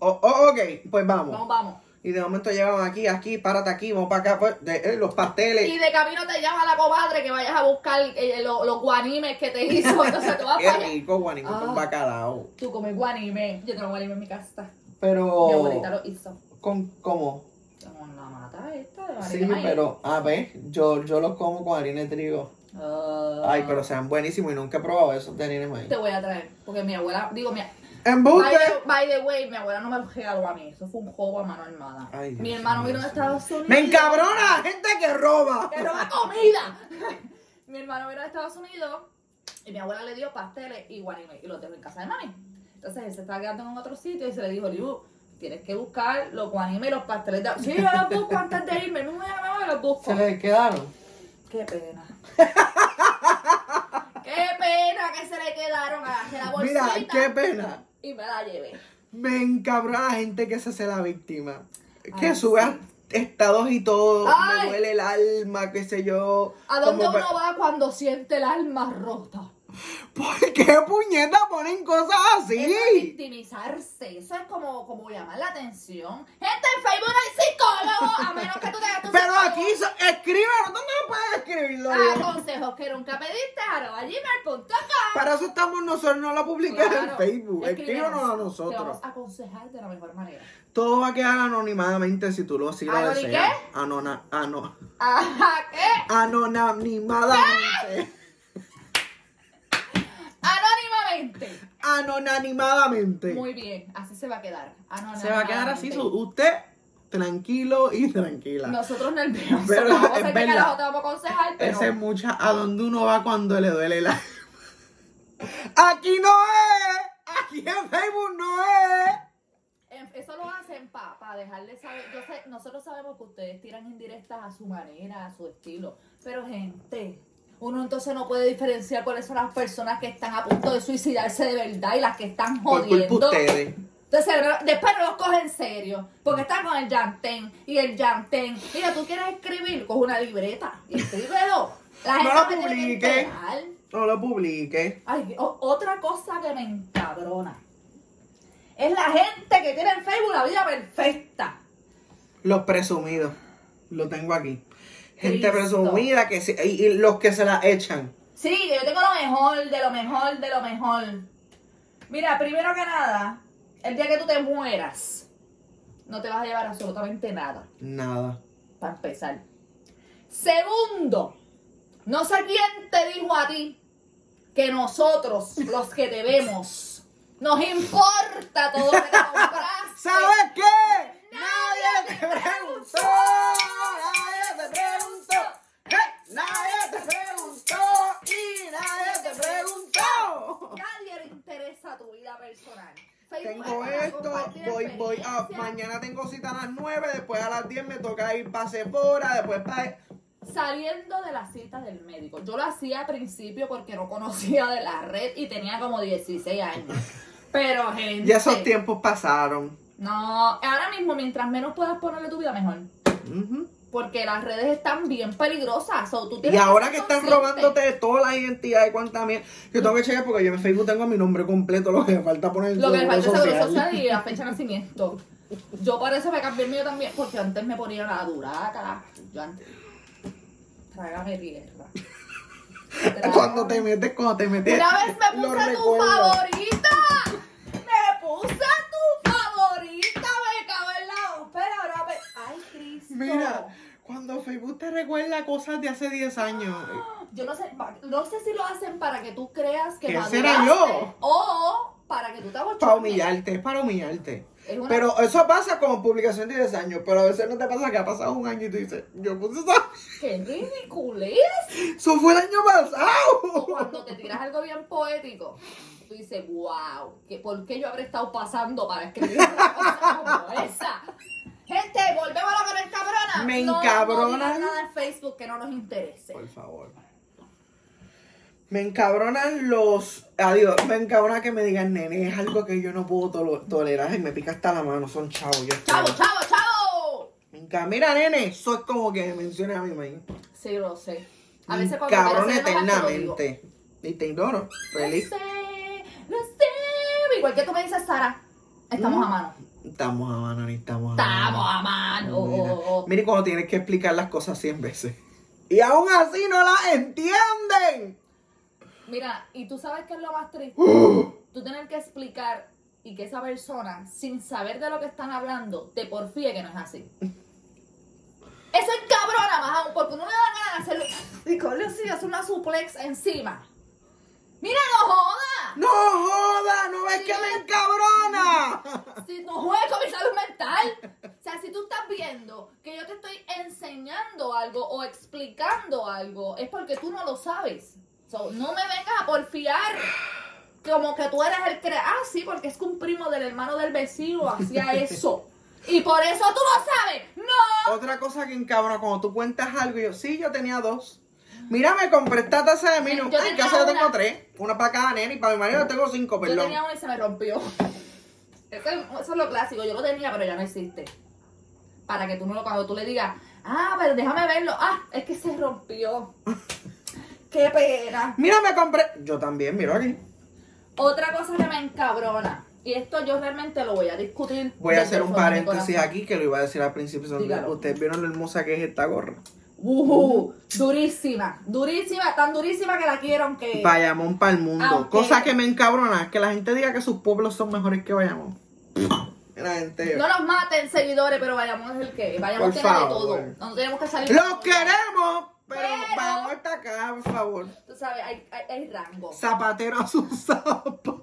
S1: Oh, oh, ok, pues vamos.
S2: No, vamos.
S1: Y de momento llegamos aquí, aquí, párate aquí, vamos para acá. pues, de- eh, los pasteles.
S2: Y de camino te llama la comadre que vayas a buscar eh, lo- los guanimes que te hizo. Entonces tú vas
S1: Qué
S2: para allá.
S1: rico, guanimo,
S2: Ah.
S1: con bacalao.
S2: Tú comes guanime. Yo tengo guanime en mi casa.
S1: Oh.
S2: Mi abuelita
S1: Pero.
S2: lo hizo.
S1: ¿Con cómo?
S2: Con la mata esta de
S1: Sí,
S2: harina maíz.
S1: pero a ver, yo, yo los como con harina de trigo.
S2: Ah,
S1: Ay, pero sean buenísimos y nunca he probado esos de harina de maíz.
S2: Te voy a traer. Porque mi abuela. Digo, mi. By
S1: ¡Embuste!
S2: the, by the way, mi abuela no me lo regaló a mí. Eso fue un juego a mano armada.
S1: Ay, Dios
S2: mi hermano
S1: mío,
S2: vino de
S1: señor.
S2: Estados Unidos.
S1: ¡Me encabrona la gente que roba!
S2: ¡Que roba comida! mi hermano vino de Estados Unidos y mi abuela le dio pasteles y guanime y los dejó en casa de mami. Entonces él se estaba quedando en otro sitio y se le dijo, Liu, tienes que buscar los guanime y los pasteles de... Sí, yo los busco antes de irme. No me llamaba, los busco.
S1: Se le quedaron.
S2: Qué pena. qué pena que se le quedaron a la bolsita.
S1: Mira, qué pena.
S2: Y me la llevé.
S1: Me encabrona la gente que se hace la víctima. que
S2: Ay,
S1: sube
S2: sí.
S1: a estados y todo,
S2: Ay.
S1: me duele el alma, qué sé yo.
S2: ¿A dónde
S1: como
S2: uno
S1: pe-
S2: va cuando siente el alma rota?
S1: ¿Por qué puñeta ponen cosas
S2: Eso es
S1: así?
S2: victimizarse, eso es como, como llamar la atención. Gente, en Facebook no hay psicólogo, a menos que tú tengas tu
S1: Pero
S2: psicólogo.
S1: aquí so- escríbelo, ¿dónde lo puedes escribir, Lorena?
S2: Ah, consejos que nunca pediste, arroba gmail.com.
S1: Para eso estamos nosotros, no lo publiques en
S2: Claro,
S1: Facebook.
S2: escríbenos, ah.
S1: Escríbanos a
S2: Te
S1: nosotros.
S2: vamos a aconsejar de la mejor manera.
S1: Todo va a quedar anonimadamente si tú lo si lo
S2: ¿Anoni qué?
S1: deseas. Anona, ano, Ah,
S2: Ajá, ¿qué?
S1: anonimadamente.
S2: Anónimamente.
S1: Anonanimadamente.
S2: Muy bien, así se va a quedar. Anónimamente.
S1: Se va a quedar así su- usted tranquilo y tranquila.
S2: Nosotros nerviosos.
S1: Pero
S2: vamos a
S1: es
S2: hacer
S1: verdad.
S2: que carajo te vamos a aconsejar, pero...
S1: Esa es mucha a donde uno va cuando le duele la. Aquí no es. Aquí en Facebook no es.
S2: Em, Eso lo hacen para dejarles saber. Yo sé, nosotros sabemos que ustedes tiran indirectas a su manera, a su estilo. Pero, gente, uno entonces no puede diferenciar cuáles son las personas que están a punto de suicidarse de verdad y las que están
S1: Por
S2: jodiendo.
S1: culpa ustedes.
S2: Entonces, no- después no los coge en serio. Porque están con el yantén y el yantén. Mira, tú quieres escribir, coge una libreta y escríbelo. La gente
S1: lo
S2: se tiene que
S1: publique.
S2: enterar.
S1: No lo publique.
S2: Ay, o- otra cosa que me encabrona es la gente que tiene en Facebook la vida perfecta.
S1: Los presumidos. Lo tengo aquí. Gente
S2: Cristo.
S1: presumida que se- y, y los que se la echan.
S2: Sí, que yo tengo lo mejor, de lo mejor, de lo mejor. Mira, primero que nada, el día que tú te mueras, no te vas a llevar absolutamente nada,
S1: Nada.
S2: para empezar. Segundo, no sé quién te dijo a ti que nosotros, los que te vemos, nos importa todo lo que te compraste.
S1: ¿Sabes qué? Nadie te preguntó. Nadie te preguntó. ¡Eh! Nadie te preguntó. Y nadie te preguntó.
S2: Nadie Eh, le interesa tu vida personal. Facebook
S1: Tengo
S2: es para
S1: esto,
S2: compartir
S1: voy, voy a.
S2: experiencias.
S1: Mañana tengo cita a las 9, después a las 10 me toca ir para Sephora, después e-. para.
S2: Saliendo de la cita del médico. Yo lo hacía al principio porque no conocía de la red y tenía como 16 años. Pero, gente.
S1: Y esos tiempos pasaron.
S2: No, ahora mismo, mientras menos puedas ponerle tu vida, mejor.
S1: Ujú.
S2: Porque las redes están bien peligrosas. o tú
S1: Y
S2: tienes
S1: ahora
S2: ser
S1: que están
S2: consciente.
S1: robándote de toda la identidad y cuánta mierda. Yo tengo que chequear porque yo en Facebook tengo mi nombre completo, lo que me falta poner el
S2: Lo que me falta es
S1: seguro
S2: seguro social y la fecha de nacimiento. Yo para eso me cambié el mío también, porque antes me ponía la duraca. Yo antes. Trágame tierra. Trágame.
S1: Cuando te metes, cuando te metes.
S2: Una vez me
S1: lo
S2: puse tu
S1: recuerdas.
S2: favorita. Me puse tu favorita. Me cago en la ópera. Ahora me. Ay, Cristo.
S1: Mira, cuando Facebook te recuerda cosas de hace 10 años.
S2: Yo no sé, no sé si lo hacen para que tú creas que
S1: ¿Qué
S2: maduraste
S1: será yo?
S2: o para que tú te
S1: Para
S2: agochones.
S1: humillarte, es para humillarte.
S2: Es una-
S1: Pero eso pasa con publicación de 10 años, pero a veces no te pasa que ha pasado un año y tú dices, yo puse esa.
S2: ¡Qué ridiculez!
S1: Eso fue el año
S2: O
S1: pasado.
S2: cuando te tiras algo bien poético, tú dices, wow, ¿qué- ¿por qué yo habré estado pasando para escribir una cosa como esa? Gente, volvemos a la cabrona.
S1: Me
S2: No, No,
S1: encabronan.
S2: digas nada en Facebook que no nos interese.
S1: Por favor. Me encabronan los. Adiós. Me encabrona que me digan nene. Es algo que yo no puedo tolo- tolerar. Y me pica hasta la mano. Son chavos. Yo
S2: ¡Chavo,
S1: estoy-
S2: chavo, chavo!
S1: Me enca- Mira, nene. Eso es como que me menciona a mi maíz.
S2: Sí, lo sé. A
S1: Me
S2: veces cuando quiero
S1: encabrona
S2: hacer enojar, te lo digo.
S1: eternamente. Y te ignoro. Feliz.
S2: Lo sé, lo sé. Igual que tú me dices, Sara, estamos
S1: Mm.
S2: a mano.
S1: Estamos a mano, ni estamos a mano.
S2: ¡Estamos a
S1: Mira,
S2: mano!
S1: mire cuando tienes que explicar las cosas 100 veces. Y aún así no las entienden.
S2: Mira, y tú sabes qué es lo más triste. Tú tener que explicar y que esa persona, sin saber de lo que están hablando, te porfíe que no es así. Eso es cabrona más aún, porque no me da ganas de hacerlo. Y con Dios, sí, hacer una suplex encima. ¡Mira, no joda!
S1: ¡No joda! ¡No ves que me encabrona!
S2: Si no juegues con mi salud mental. O sea, si tú estás viendo que yo te estoy enseñando algo o explicando algo, es porque tú no lo sabes. So, no me vengas a porfiar. Como que tú eres el que. Ah, sí, porque es que un primo del hermano del vecino hacía eso. Y por eso tú lo sabes. ¡No!
S1: Otra cosa que encabrona cuando tú cuentas algo y yo, sí, yo tenía dos. Mira, me compré esta taza de mino.
S2: Yo
S1: Ay, en
S2: tenía
S1: casa yo tengo
S2: una.
S1: tres. Una para cada nene y para mi marido tengo cinco,
S2: Yo
S1: perdón.
S2: tenía uno y se me rompió. Eso, es- eso es lo clásico. Yo lo tenía, pero ya no existe. para que tú no lo cuando tú le digas, ah, pero déjame verlo, ah, es que se rompió. Qué pena.
S1: Mira, me compré. Yo también, miro aquí.
S2: Otra cosa que me encabrona, y esto yo realmente lo voy a discutir.
S1: Voy a
S2: desde
S1: hacer un
S2: el fondo de mi
S1: paréntesis
S2: corazón.
S1: aquí que lo iba a decir al principio. son-
S2: Dígalo.
S1: Ustedes vieron lo hermosa que es esta gorra.
S2: Ujú, durísima, durísima, tan durísima que la quiero aunque...
S1: Bayamón para el mundo.
S2: Eh, Aunque-
S1: Cosa que me encabrona es que la gente diga que sus pueblos son mejores que Bayamón. La gente.
S2: No nos maten seguidores, pero vayamos es el que. Vayamos
S1: Por
S2: tiene de todo.
S1: favor.
S2: No tenemos que salir.
S1: ¡Los queremos! Pero,
S2: Pero-
S1: Bayamón está acá, por favor.
S2: Tú sabes, hay, hay, hay rango.
S1: Zapatero a sus zapatos.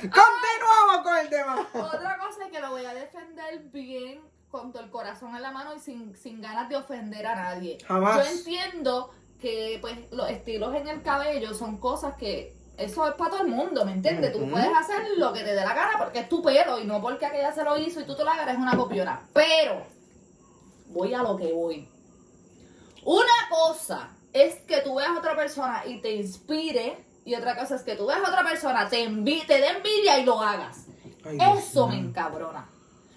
S1: Continuamos con el tema.
S2: Otra cosa es que lo voy a defender bien, con todo el corazón en la mano y sin, sin ganas de ofender a nadie.
S1: Jamás.
S2: Yo entiendo que pues los estilos en el cabello son cosas que eso es para todo el mundo, ¿me entiendes? Tú
S1: Ujú.
S2: puedes hacer lo que te dé la gana porque es tu pelo y no porque aquella se lo hizo y tú te lo hagas es una copiona. Pero voy a lo que voy. Una cosa es que tú veas a otra persona y te inspire y otra cosa es que tú veas a otra persona, te, envi te dé envidia y lo hagas.
S1: Ay, Dios
S2: Eso me
S1: mío.
S2: encabrona.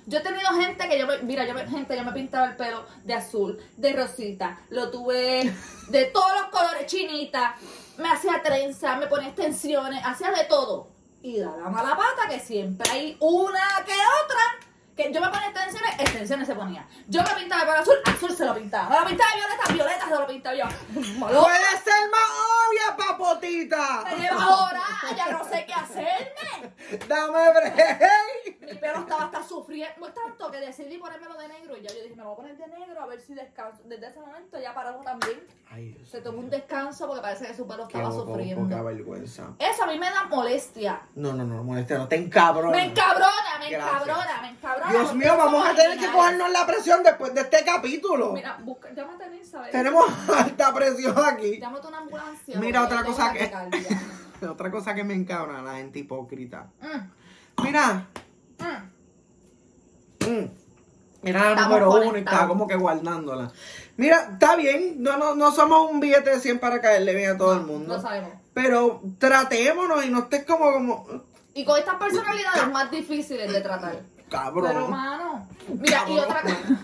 S2: Yo he tenido gente que yo me, mira, yo me- gente, yo me pintaba el pelo de azul, de rosita, lo tuve de todos los colores, chinita, me hacía trenza, me ponía extensiones, hacía de todo. Y da la mala pata que siempre hay una que otra. Que yo me ponía extensiones, extensiones se ponía. Yo me pintaba el pelo azul, azul se lo pintaba. Me lo pintaba violeta, violeta se lo pintaba yo. Loca,
S1: ¡Puede ser más obvia, papotita!
S2: me lleva ahora, ya no sé qué hacerme.
S1: ¡Dame break!
S2: Mi pelo estaba hasta sufriendo tanto que decidí ponérmelo de negro. Y ya yo dije, me lo voy a poner de negro a ver si descanso. Desde ese momento ya paramos también.
S1: Ay, Dios.
S2: Se tomó un descanso porque parece que su pelo
S1: Qué
S2: estaba
S1: poco- poca
S2: sufriendo.
S1: vergüenza.
S2: Eso a mí me da molestia.
S1: No, no, no, molestia, no te encabrona.
S2: Me encabrona, me
S1: Gracias.
S2: encabrona, me encabrona.
S1: Dios
S2: porque
S1: mío, vamos a
S2: somos
S1: tener que
S2: originales.
S1: cogernos la presión después de este capítulo.
S2: Mira, busca, llámate a Elisa. ¿eh?
S1: Tenemos alta presión aquí.
S2: Llámate a una ambulancia.
S1: Mira,
S2: porque
S1: otra
S2: tengo
S1: cosa
S2: una
S1: que-
S2: taquicardia.
S1: Otra cosa que me encabrona, la gente hipócrita.
S2: Mm,
S1: Mira,
S2: mm.
S1: mm, era la
S2: Estamos
S1: número uno y
S2: conectados.
S1: estaba como que guardándola. Mira, está bien, no, no, no somos un billete de 100 para caerle bien a todo el mundo.
S2: Lo sabemos.
S1: pero tratémonos y no estés como, como
S2: Y con estas personalidades más difíciles de tratar.
S1: cabrón.
S2: Pero, mano. Mira, y
S1: Cabrón.
S2: otra cosa.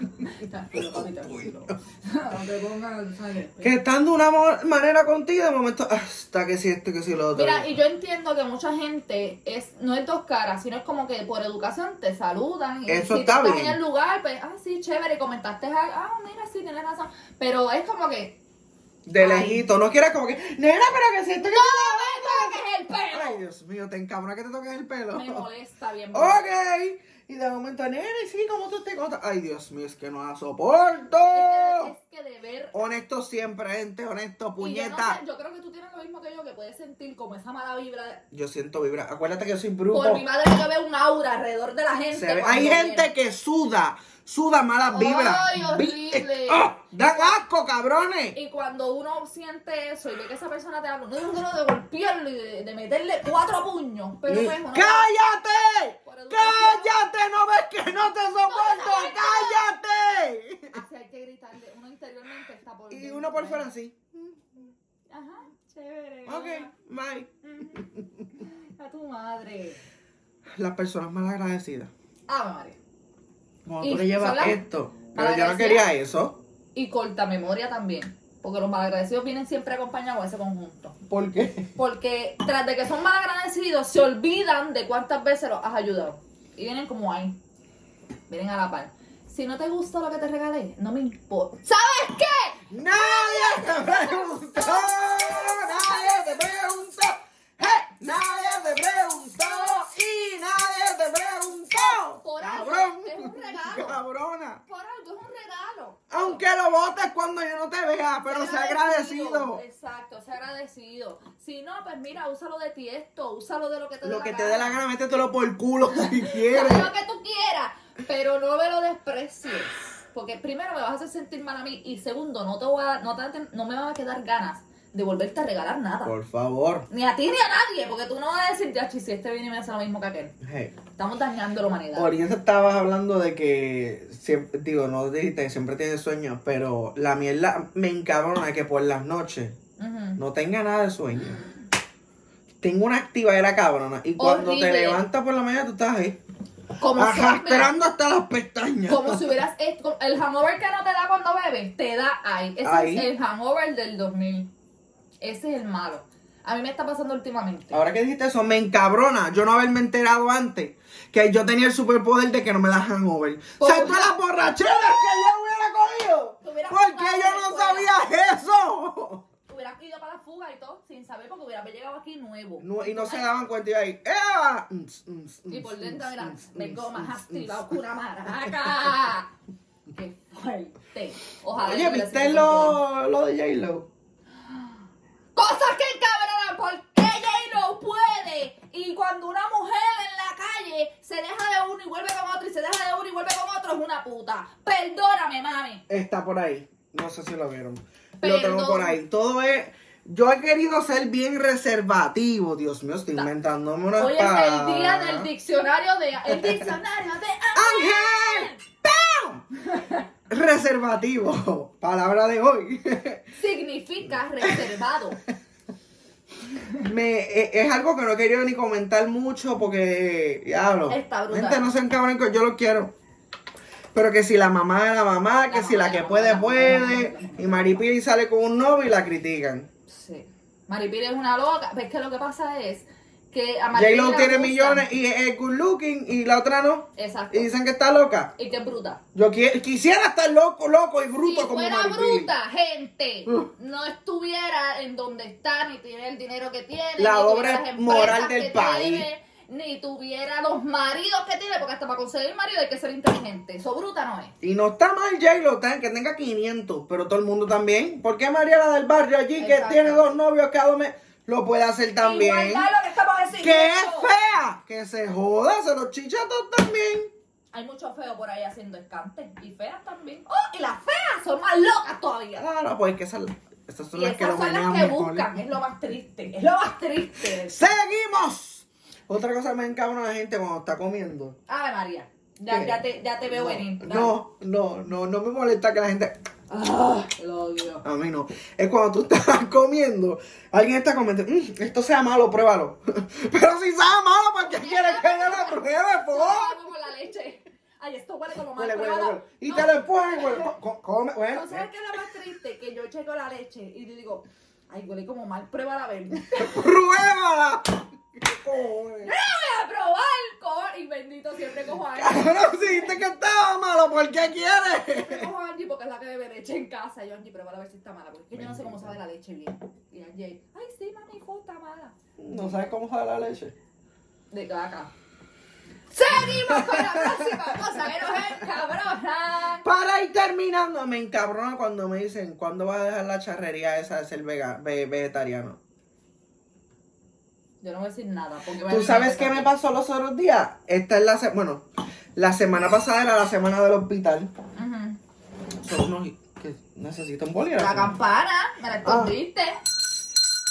S2: Tranquilo, papi, tranquilo. No te pongas, ¿sabes?
S1: que estando de una mo- manera contigo, de momento, hasta que si esto, que si lo otro.
S2: Mira, y yo entiendo que mucha gente es no es dos caras, sino es como que por educación te saludan. Y
S1: Eso
S2: si
S1: está
S2: tú estás
S1: bien.
S2: en el lugar, pues, ah, sí, chévere, y comentaste algo, ah, mira, sí, tienes razón. Pero es como que,
S1: de
S2: ay.
S1: lejito, no quieras como que, nena, pero que si esto, que
S2: ¡No, me toques el
S1: Ay,
S2: pelo!
S1: Dios mío, te encabrona que te toques el pelo.
S2: Me molesta bien.
S1: Ok. Y de momento, nene, sí, como tú te contas. Ay, Dios mío, es que no la soporto.
S2: Es que, es que de ver...
S1: Honesto siempre, gente, honesto,
S2: y yo no
S1: puñeta.
S2: sé,
S1: yo...
S2: yo creo que tú tienes lo mismo que yo, que puedes sentir como esa mala vibra de-
S1: siento vibrar. Acuérdate que yo soy
S2: Por
S1: bruto.
S2: mi madre yo veo un aura alrededor de la gente.
S1: Se ve-
S2: cuando
S1: Hay gente
S2: viene.
S1: que suda, suda malas vibras.
S2: Ay, horrible.
S1: Vi- ¡Ah! ¡Dan asco, cabrones!
S2: Y cuando uno siente eso y ve que esa persona te habla, uno tiene ganas de golpearlo y de, de meterle cuatro puños. Pero
S1: Ni-
S2: pues, uno-
S1: ¡Cállate!
S2: Por educación.
S1: ¡Cállate! ¡No ves que no te soporto!
S2: soporto.
S1: ¡Cállate!
S2: Así hay que gritarle. Uno interiormente está por
S1: Y
S2: dentro,
S1: uno por
S2: ¿eh?
S1: fuera así.
S2: Ajá, chévere.
S1: Ok,
S2: ¿verdad?
S1: bye.
S2: Ujú. A tu madre.
S1: Las personas malagradecidas.
S2: Ah, madre.
S1: Cuando
S2: Y
S1: tú le llevas
S2: sola-
S1: esto. Pero yo no
S2: malagradecida.
S1: quería eso.
S2: Y corta memoria también. Porque los malagradecidos vienen siempre acompañados de ese conjunto.
S1: ¿Por qué?
S2: Porque tras de que son malagradecidos, se olvidan de cuántas veces los has ayudado. Y vienen como ahí. Vienen a la par. Si no te gusta lo que te regalé, no me importa. ¿Sabes qué?
S1: ¡Nadie te preguntó! ¡Nadie te preguntó! ¡Hey! ¡Nadie te preguntó! ¡Y nadie te preguntó!
S2: Por algo,
S1: ¡Cabrón!
S2: es un regalo.
S1: ¡Cabrona!
S2: Por algo es un regalo.
S1: Aunque lo votes cuando yo no te vea, pero sea agradecido.
S2: Exacto, sea agradecido. Si no, pues mira, úsalo de tiesto, úsalo de lo que te dé
S1: Lo
S2: la
S1: que te
S2: gana.
S1: dé la gana, métetelo por el culo si quieres.
S2: Haz lo que tú quieras, pero no me lo desprecies. Porque primero me vas a hacer sentir mal a mí y segundo, no te voy a, no, te- no me van a quedar ganas de volverte a regalar nada.
S1: Por favor.
S2: Ni a ti ni a nadie, porque tú no vas a decir, ya, si este viene y me hace lo mismo que aquel.
S1: Hey.
S2: Estamos dañando la humanidad.
S1: Ahorita estabas hablando de que siempre, digo, no dijiste que siempre tienes sueños, pero la mierda me encabrona que por las noches
S2: Ujú.
S1: no tenga nada de sueño. Tengo una activadera cabrona y cuando
S2: Horrible.
S1: te levantas por la mañana tú estás ahí.
S2: Como si-
S1: arrastrando hasta las pestañas.
S2: Como si hubieras. es- El hangover que no te da cuando bebes, te da ahí. Ese
S1: Ahí.
S2: es el hangover del 2000. Ese es el malo. A mí me está pasando últimamente.
S1: Ahora que dijiste eso, me encabrona yo no haberme enterado antes que yo tenía el superpoder de que no me da hangover. O sea,
S2: Por-
S1: todas las borracheras que yo hubiera cogido.
S2: Te hubieras
S1: Porque
S2: fumado en la
S1: yo no
S2: escuela.
S1: sabía eso.
S2: Hubieras ido para la fuga y todo sin saber porque hubieras llegado aquí nuevo.
S1: No- y no se daban cuenta y yo ahí, ¡Eva! Mm, mm, mm,
S2: Y por dentro
S1: mm,
S2: era,
S1: mm,
S2: vengo
S1: mm,
S2: más
S1: mm,
S2: activado
S1: mm.
S2: que una maraca. ¡Qué fuerte! Ojalá.
S1: Oye,
S2: yo hubiera
S1: ¿viste
S2: sido
S1: lo, lo de J-Lo?
S2: Cosas que cabronan, porque j no puede? Y cuando una mujer en la calle se deja de uno y vuelve con otro y se deja de uno y vuelve con otro es una puta. Perdóname, mami.
S1: Está por ahí. No sé si lo vieron. Lo
S2: Perdón.
S1: tengo por ahí. Todo es. Yo he querido ser bien reservativo. Dios mío, estoy inventándome una
S2: Hoy es el día del diccionario de... El diccionario de...
S1: ¡Ángel! ¡Pam! Reservativo. Palabra de hoy.
S2: Significa reservado.
S1: Me, e- es, algo que no he querido ni comentar mucho porque. Diablo.
S2: Está brutal.
S1: Gente, no sean cabrones que yo lo quiero. Pero que si la mamá, la mamá, que
S2: La
S1: si
S2: mamá,
S1: la que
S2: la
S1: puede,
S2: mamá, la mamá, la
S1: puede.
S2: mamá.
S1: Y Maripiri sale con un novio y la critican.
S2: Sí. Maripiri es una loca. Ves que lo que pasa es que a Maripiri
S1: J-Lo
S2: le
S1: tiene
S2: gusta-
S1: millones y es good looking y la otra no.
S2: Exacto.
S1: Y dicen que está loca.
S2: Y que es bruta.
S1: Yo qui- quisiera estar loco, loco y bruto
S2: si
S1: como
S2: fuera
S1: Maripili.
S2: bruta, gente,
S1: Uh.
S2: no estuviera en donde está, ni tiene el dinero que tiene,
S1: La
S2: ni
S1: obra
S2: tuviera las empresas
S1: moral
S2: que
S1: del país.
S2: tiene, ni tuviera los maridos que tiene, porque hasta para conseguir marido hay que ser inteligente. Eso bruta no es.
S1: Y no está mal J-Lo tan- que tenga 500, pero todo el mundo también. ¿Por qué María la del barrio allí,
S2: Exacto.
S1: que tiene dos novios cada mes, lo puede hacer también?
S3: Igualdad lo que estamos
S1: ¡Que
S3: exigiendo.
S1: es fea! ¡Que se joda! ¡Se los chichatos también!
S2: Hay muchos feos por ahí haciendo escante. Y feas también. ¡Oh! Y las feas son más locas todavía.
S1: Claro, pues que esas, esas son
S2: Y
S1: las que
S2: esas
S1: lo
S2: son las
S1: manejan
S2: que
S1: mejor.
S2: buscan. Es lo más triste. Es lo más triste.
S1: ¡Seguimos! Otra cosa que me encabra la gente cuando está comiendo.
S2: Ave María. Ya,
S1: ¿Qué?
S2: ya te, ya te veo
S1: no,
S2: venir. Dale.
S1: No, no, no, no me molesta que la gente.
S2: Ah, lo odio.
S1: A mí no. Es cuando tú estás comiendo, alguien está comentando, "Mm, esto sea malo, pruébalo. Pero si sabe malo, ¿por qué quieres que yo lo pruebe, po?
S2: Sabe como la leche. Ay, esto huele como mal
S1: Huele, huele,
S2: probada.
S1: huele. Y
S2: No,
S1: te lo empujan, huele. Co- co- Come, huele.
S2: ¿no ¿Sabes qué es lo más triste? Que yo checo la leche y yo digo, ay, huele como mal, prueba la verde.
S1: ¡Pruébala! ¿Qué cojones?
S2: voy a probar! co- Y bendito siempre cojo a Angie.
S1: Cabrón, si dijiste que estaba malo, ¿por qué quieres?
S2: Siempre cojo a Angie porque es la que bebe leche en casa. Y yo, Angie, prueba a ver si está mala. Porque es que yo no sé cómo sabe la leche bien. Y Angie, ay, sí, mami, hijo, está mala.
S1: No sabes cómo sabe la leche.
S2: De acá. ¡Seguimos con la próxima cosa que nos encabrona!
S1: Para ir terminando, me encabrona cuando me dicen, ¿cuándo vas a dejar la charrería esa de ser vega- ve- vegetariano?
S2: Yo no voy a decir nada porque
S1: ¿Tú sabes qué me pasó los otros días? Esta es la se- bueno, la semana pasada era la semana del hospital.
S2: Ujú.
S1: Son unos que necesitan bolígrafo.
S2: La campana, me la escondiste.
S1: Ah.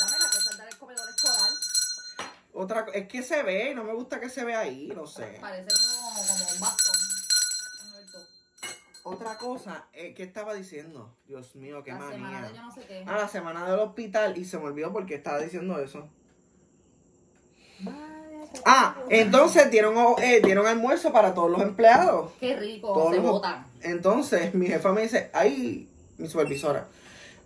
S2: Dame la cosa, dale el comedor escolar.
S1: Otra co- es que se ve, no me gusta que se vea ahí, no sé.
S2: Parece como, como un bastón. Alberto.
S1: Otra cosa, eh, ¿qué estaba diciendo? Dios mío, qué
S2: la semana de
S1: manía.
S2: yo no sé qué.
S1: Ah, la semana del hospital y se me olvidó porque estaba diciendo eso. Ah, entonces dieron, o- eh, dieron almuerzo para todos los empleados.
S2: Qué rico,
S1: Todos
S2: se
S1: los-
S2: botan.
S1: Entonces, mi jefa me dice, ay, mi supervisora,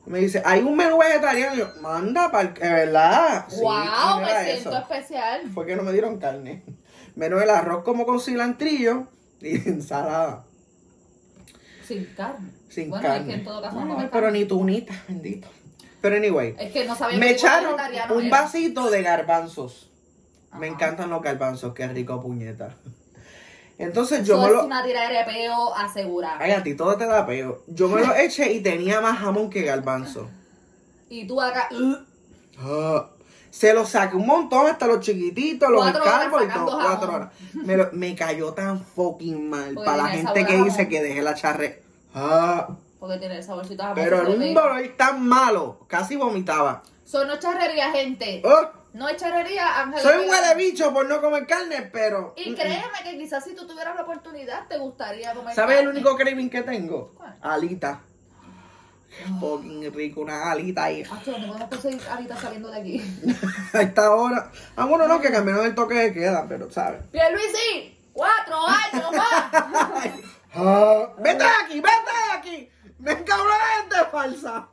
S1: me dice, hay un menú vegetariano. Y yo, manda, para ¿verdad? Sí,
S2: wow,
S1: y no
S2: me
S1: era
S2: siento
S1: eso.
S2: especial.
S1: Fue que no me dieron carne. Menos el arroz como con cilantrillo y ensalada.
S2: Sin carne.
S1: Sin
S2: bueno,
S1: carne.
S2: es que en todo caso no,
S1: Ay,
S2: comen
S1: pero
S2: carne.
S1: ni tunita, bendito. Pero anyway,
S2: Es que no sabía
S1: me
S2: qué tipo de
S1: echaron
S2: vegetariano
S1: un
S2: era.
S1: vasito de garbanzos. Me
S2: Ajá.
S1: encantan los garbanzos, qué rico puñeta. Entonces yo
S2: Eso
S1: me
S2: es
S1: lo...
S2: una tiradera de peo asegurada.
S1: Ay, a ti todo te da peo. Yo me lo eché y tenía más jamón que garbanzo.
S2: Y tú acá, uh,
S1: Ah, Se lo saqué un montón, hasta los chiquititos, los
S2: Cuatro horas
S1: encargos y todo.
S2: sacando
S1: Cuatro
S2: jamón.
S1: horas. Me, lo- me cayó tan fucking mal
S2: Porque
S1: para la
S2: tenía
S1: gente
S2: sabor
S1: que
S2: a
S1: dice
S2: jamón.
S1: que dejé la charre. Ah,
S2: porque tiene el saborcito a
S1: pero era
S2: jamón,
S1: un
S2: rico.
S1: dolor tan malo, casi vomitaba.
S2: Son no es charrería, gente.
S1: Ah,
S2: No es charrería, Ángel.
S1: soy un
S2: Vega.
S1: huele bicho por no comer carne, pero.
S2: Y créeme que quizás si tú tuvieras la oportunidad te gustaría comer.
S1: ¿Sabes el
S2: carne.
S1: único craving que tengo?
S2: ¿Cuál?
S1: Alita. Qué fucking rico, una alita ahí.
S2: Acho, no podemos conseguir ahorita saliendo de aquí.
S1: A esta hora. Ah, bueno, no, que cambiaron el toque de queda, pero, ¿sabes?
S2: Pierluisi, Cuatro años más.
S1: Ah, Vete de aquí, vete de aquí. Me encabronan la gente falsa.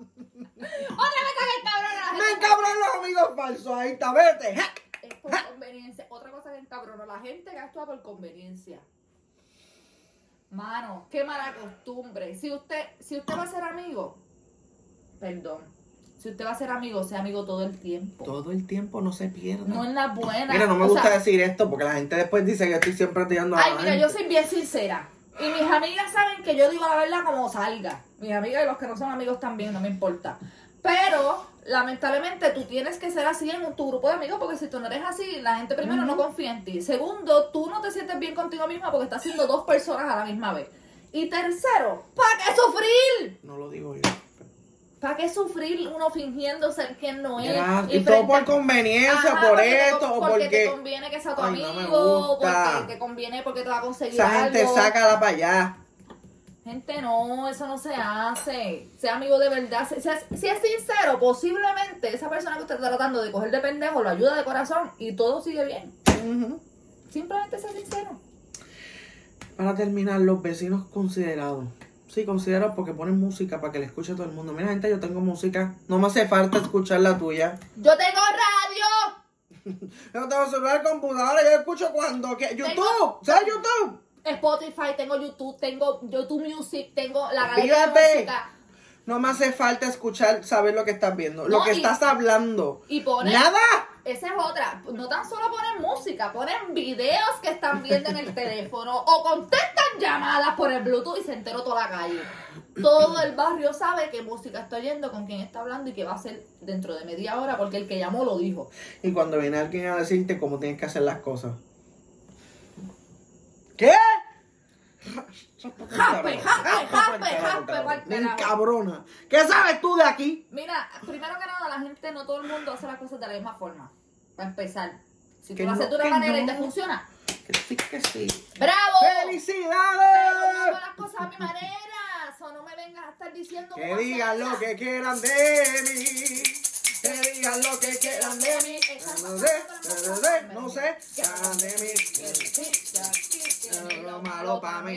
S2: Otra vez con el cabrón.
S1: Me encabronan los amigos falsos. Ahí está, vete.
S2: Es por conveniencia. Otra cosa que encabrona la gente que actúa por conveniencia. Mano, qué mala costumbre. Si usted, si usted va a ser amigo, perdón. Si usted va a ser amigo, sea amigo todo el tiempo.
S1: Todo el tiempo no se pierde.
S2: No en la buena.
S1: Mira, no me
S2: O
S1: gusta
S2: sea,
S1: decir esto porque la gente después dice que estoy siempre tirando a
S2: Ay,
S1: la
S2: mira,
S1: gente.
S2: yo soy bien sincera. Y mis amigas saben que yo digo la verdad como salga. Mis amigas y los que no son amigos también, no me importa. Pero, lamentablemente, tú tienes que ser así en tu grupo de amigos porque si tú no eres así, la gente primero no confía en ti. Segundo, tú no te sientes bien contigo misma porque estás siendo dos personas a la misma vez. Y tercero, ¿para qué sufrir?
S1: No lo digo yo.
S2: ¿Para qué sufrir uno fingiendo ser quien no es?
S1: Gracias.
S2: Y
S1: Y todo
S2: frente a-
S1: por conveniencia,
S2: Ajá,
S1: por
S2: porque te-
S1: esto, o
S2: porque te
S1: porque,
S2: conviene que sea tu
S1: Ay, no me
S2: amigo,
S1: gusta.
S2: porque te conviene porque te va a conseguir
S1: esa gente
S2: algo.
S1: sácala para allá.
S2: Gente, no, eso no se hace. Sea amigo de verdad. Se- se- si es sincero, posiblemente esa persona que usted está tratando de coger de pendejo lo ayuda de corazón y todo sigue bien.
S1: Ujú.
S2: Simplemente sea sincero.
S1: Para terminar, los vecinos considerados. Sí, considerados porque ponen música para que la escuche todo el mundo. Mira, gente, yo tengo música. No me hace falta escuchar la tuya.
S2: Yo tengo radio.
S1: Yo tengo celular, computadora, yo escucho cuando que YouTube, ¿sabes YouTube?
S2: Spotify, tengo YouTube, tengo YouTube Music, tengo la galería de
S1: Olvídate.
S2: música.
S1: No me hace falta escuchar, saber lo que estás viendo, lo
S2: No,
S1: que
S2: y-
S1: estás hablando.
S2: Y ponen,
S1: ¡Nada!
S2: esa es otra, no tan solo ponen música, ponen videos que están viendo en el teléfono o contestan llamadas por el Bluetooth y se enteró toda la calle. Todo el barrio sabe qué música está oyendo, con quién está hablando y qué va a hacer dentro de media hora porque el que llamó lo dijo.
S1: Y cuando viene alguien a decirte cómo tienes que hacer las cosas. ¿Qué?
S2: Jaspe, jaspe, jaspe, jaspe, pa'l
S1: Ven,
S2: carajo.
S1: cabrona. ¿Qué sabes tú de aquí?
S2: Mira, primero que nada, la gente, no todo el mundo hace las cosas de la misma forma. Para empezar, si
S1: Que
S2: tú lo haces
S1: no,
S2: de una
S1: que
S2: manera y
S1: no.
S2: te funciona,
S1: Que sí, que sí.
S2: ¡bravo! Pero yo hago
S1: ¡Felicidades!
S2: las cosas a mi manera, o no me vengas a estar diciendo
S1: Que
S2: cómo
S1: digan
S2: hacerlas.
S1: lo que quieran de mí. Que digan lo que quieran de mí. No sé, no sé, no sé. Quieran de mí. Es Lo malo para mí.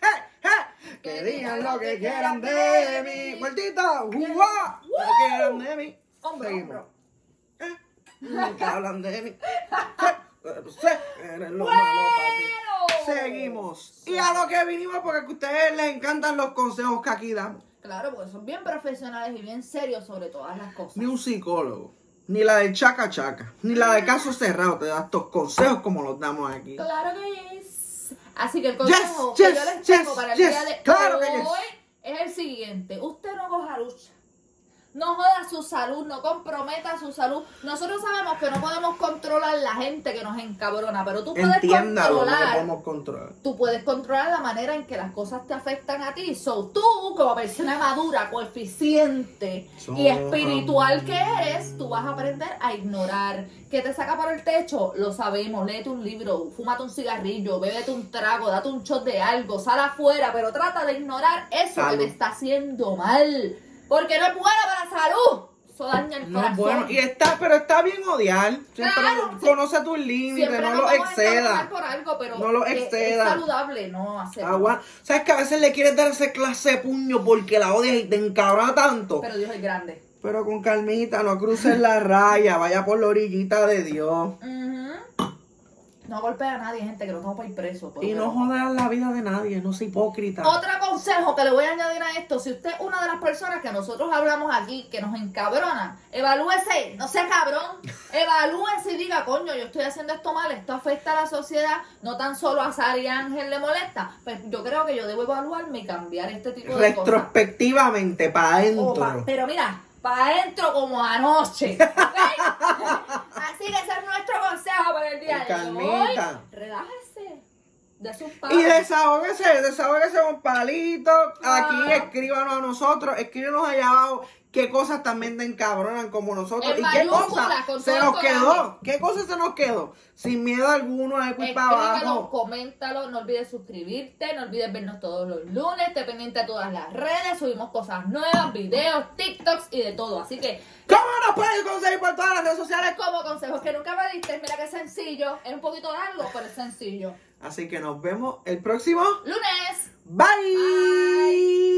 S1: ¡Hey, hey! Que digan lo que quieran de mí. Muertita, ¡Uah! Lo que quieran de mí.
S2: Hombro,
S1: Seguimos.
S2: hombro.
S1: Eh, Nunca hablan de mí. Eh, no sé, eres lo malo para mí.
S2: Pero-
S1: Seguimos. Y a lo que vinimos, porque a ustedes les encantan los consejos que aquí damos.
S2: Claro, porque son bien profesionales y bien serios sobre todas las cosas.
S1: Ni un psicólogo, ni la de chaca chaca, ni la de caso cerrado te da estos consejos como los damos aquí.
S2: Claro que es. Así que el consejo
S1: Yes,
S2: que yo les
S1: yes,
S2: tengo para el
S1: yes,
S2: día de
S1: claro que
S2: hoy
S1: yes.
S2: es el siguiente. Usted no coja lucha. No joda su salud, no comprometa su salud. Nosotros sabemos que no podemos controlar la gente que nos encabrona, pero tú puedes
S1: Entiéndalo, no lo
S2: controlar
S1: podemos controlar.
S2: tú puedes controlar la manera en que las cosas te afectan a ti. So, tú, como persona madura, coeficiente
S1: So-
S2: y espiritual que eres, tú vas a aprender a ignorar. ¿Qué te saca por el techo? Lo sabemos. Léete un libro, fúmate un cigarrillo, bébete un trago, date un shot de algo, sal afuera, pero trata de ignorar eso
S1: Salud.
S2: que te está haciendo mal. Porque no es bueno para la salud. Eso daña el
S1: No,
S2: corazón.
S1: bueno, y está, pero está bien odiar. Siempre
S2: Claro,
S1: con-
S2: sí.
S1: conoce tus
S2: Siempre
S1: límites, no
S2: nos
S1: los
S2: vamos a encabronar
S1: excedas.
S2: por algo, pero
S1: No lo
S2: es-
S1: exceda. Ah,
S2: Es saludable no hacerlo.
S1: Agua. ¿Sabes que a veces le quieres dar esa clase de puño porque la odias y te encabrona tanto? Pero,
S2: Pero Dios es grande.
S1: con calmita, no cruces la raya, vaya por la orillita de Dios.
S2: Ujú. No golpea a nadie, gente, que lo tengo para ir preso. por
S1: Y no
S2: favor.
S1: jodas la vida de nadie, no seas hipócrita.
S2: Otro consejo que le voy a añadir a esto, si usted es una de las personas que nosotros hablamos aquí, que nos encabrona, evalúese, no sea cabrón, evalúese y diga, coño, yo estoy haciendo esto mal, esto afecta a la sociedad, no tan solo a Sara y Ángel le molesta, pues yo creo que yo debo evaluarme y cambiar este tipo de cosas.
S1: Retrospectivamente, para
S2: Oh, pa-
S1: adentro.
S2: pero mira, para adentro como anoche. ¿ok? Así que ese es nuestro consejo para el día de hoy.
S1: Calmita.
S2: Relájese. De sus
S1: Y
S2: padres.
S1: desahógese, desahógese con palito. Aquí
S2: Ah.
S1: escríbanos a nosotros, escríbanos allá abajo qué cosas también te encabronan como nosotros. y
S2: En
S1: qué
S2: mayúsculas,
S1: cosas
S2: con
S1: se
S2: todo
S1: nos
S2: el
S1: quedó.
S2: coraje.
S1: ¿Qué cosas se nos quedó? Sin miedo alguno a ir para
S2: Escríbelo,
S1: abajo.
S2: coméntalo, no olvides suscribirte, no olvides vernos todos los lunes, te pendiente a todas las redes, subimos cosas nuevas, videos, TikToks y de todo. Así que
S1: ¿Cómo nos puedes conseguir por todas las en redes sociales.
S2: Como consejos que nunca me diste, mira que sencillo. Es un poquito largo, pero es sencillo.
S1: Así que nos vemos el próximo.
S2: Lunes.
S1: Bye.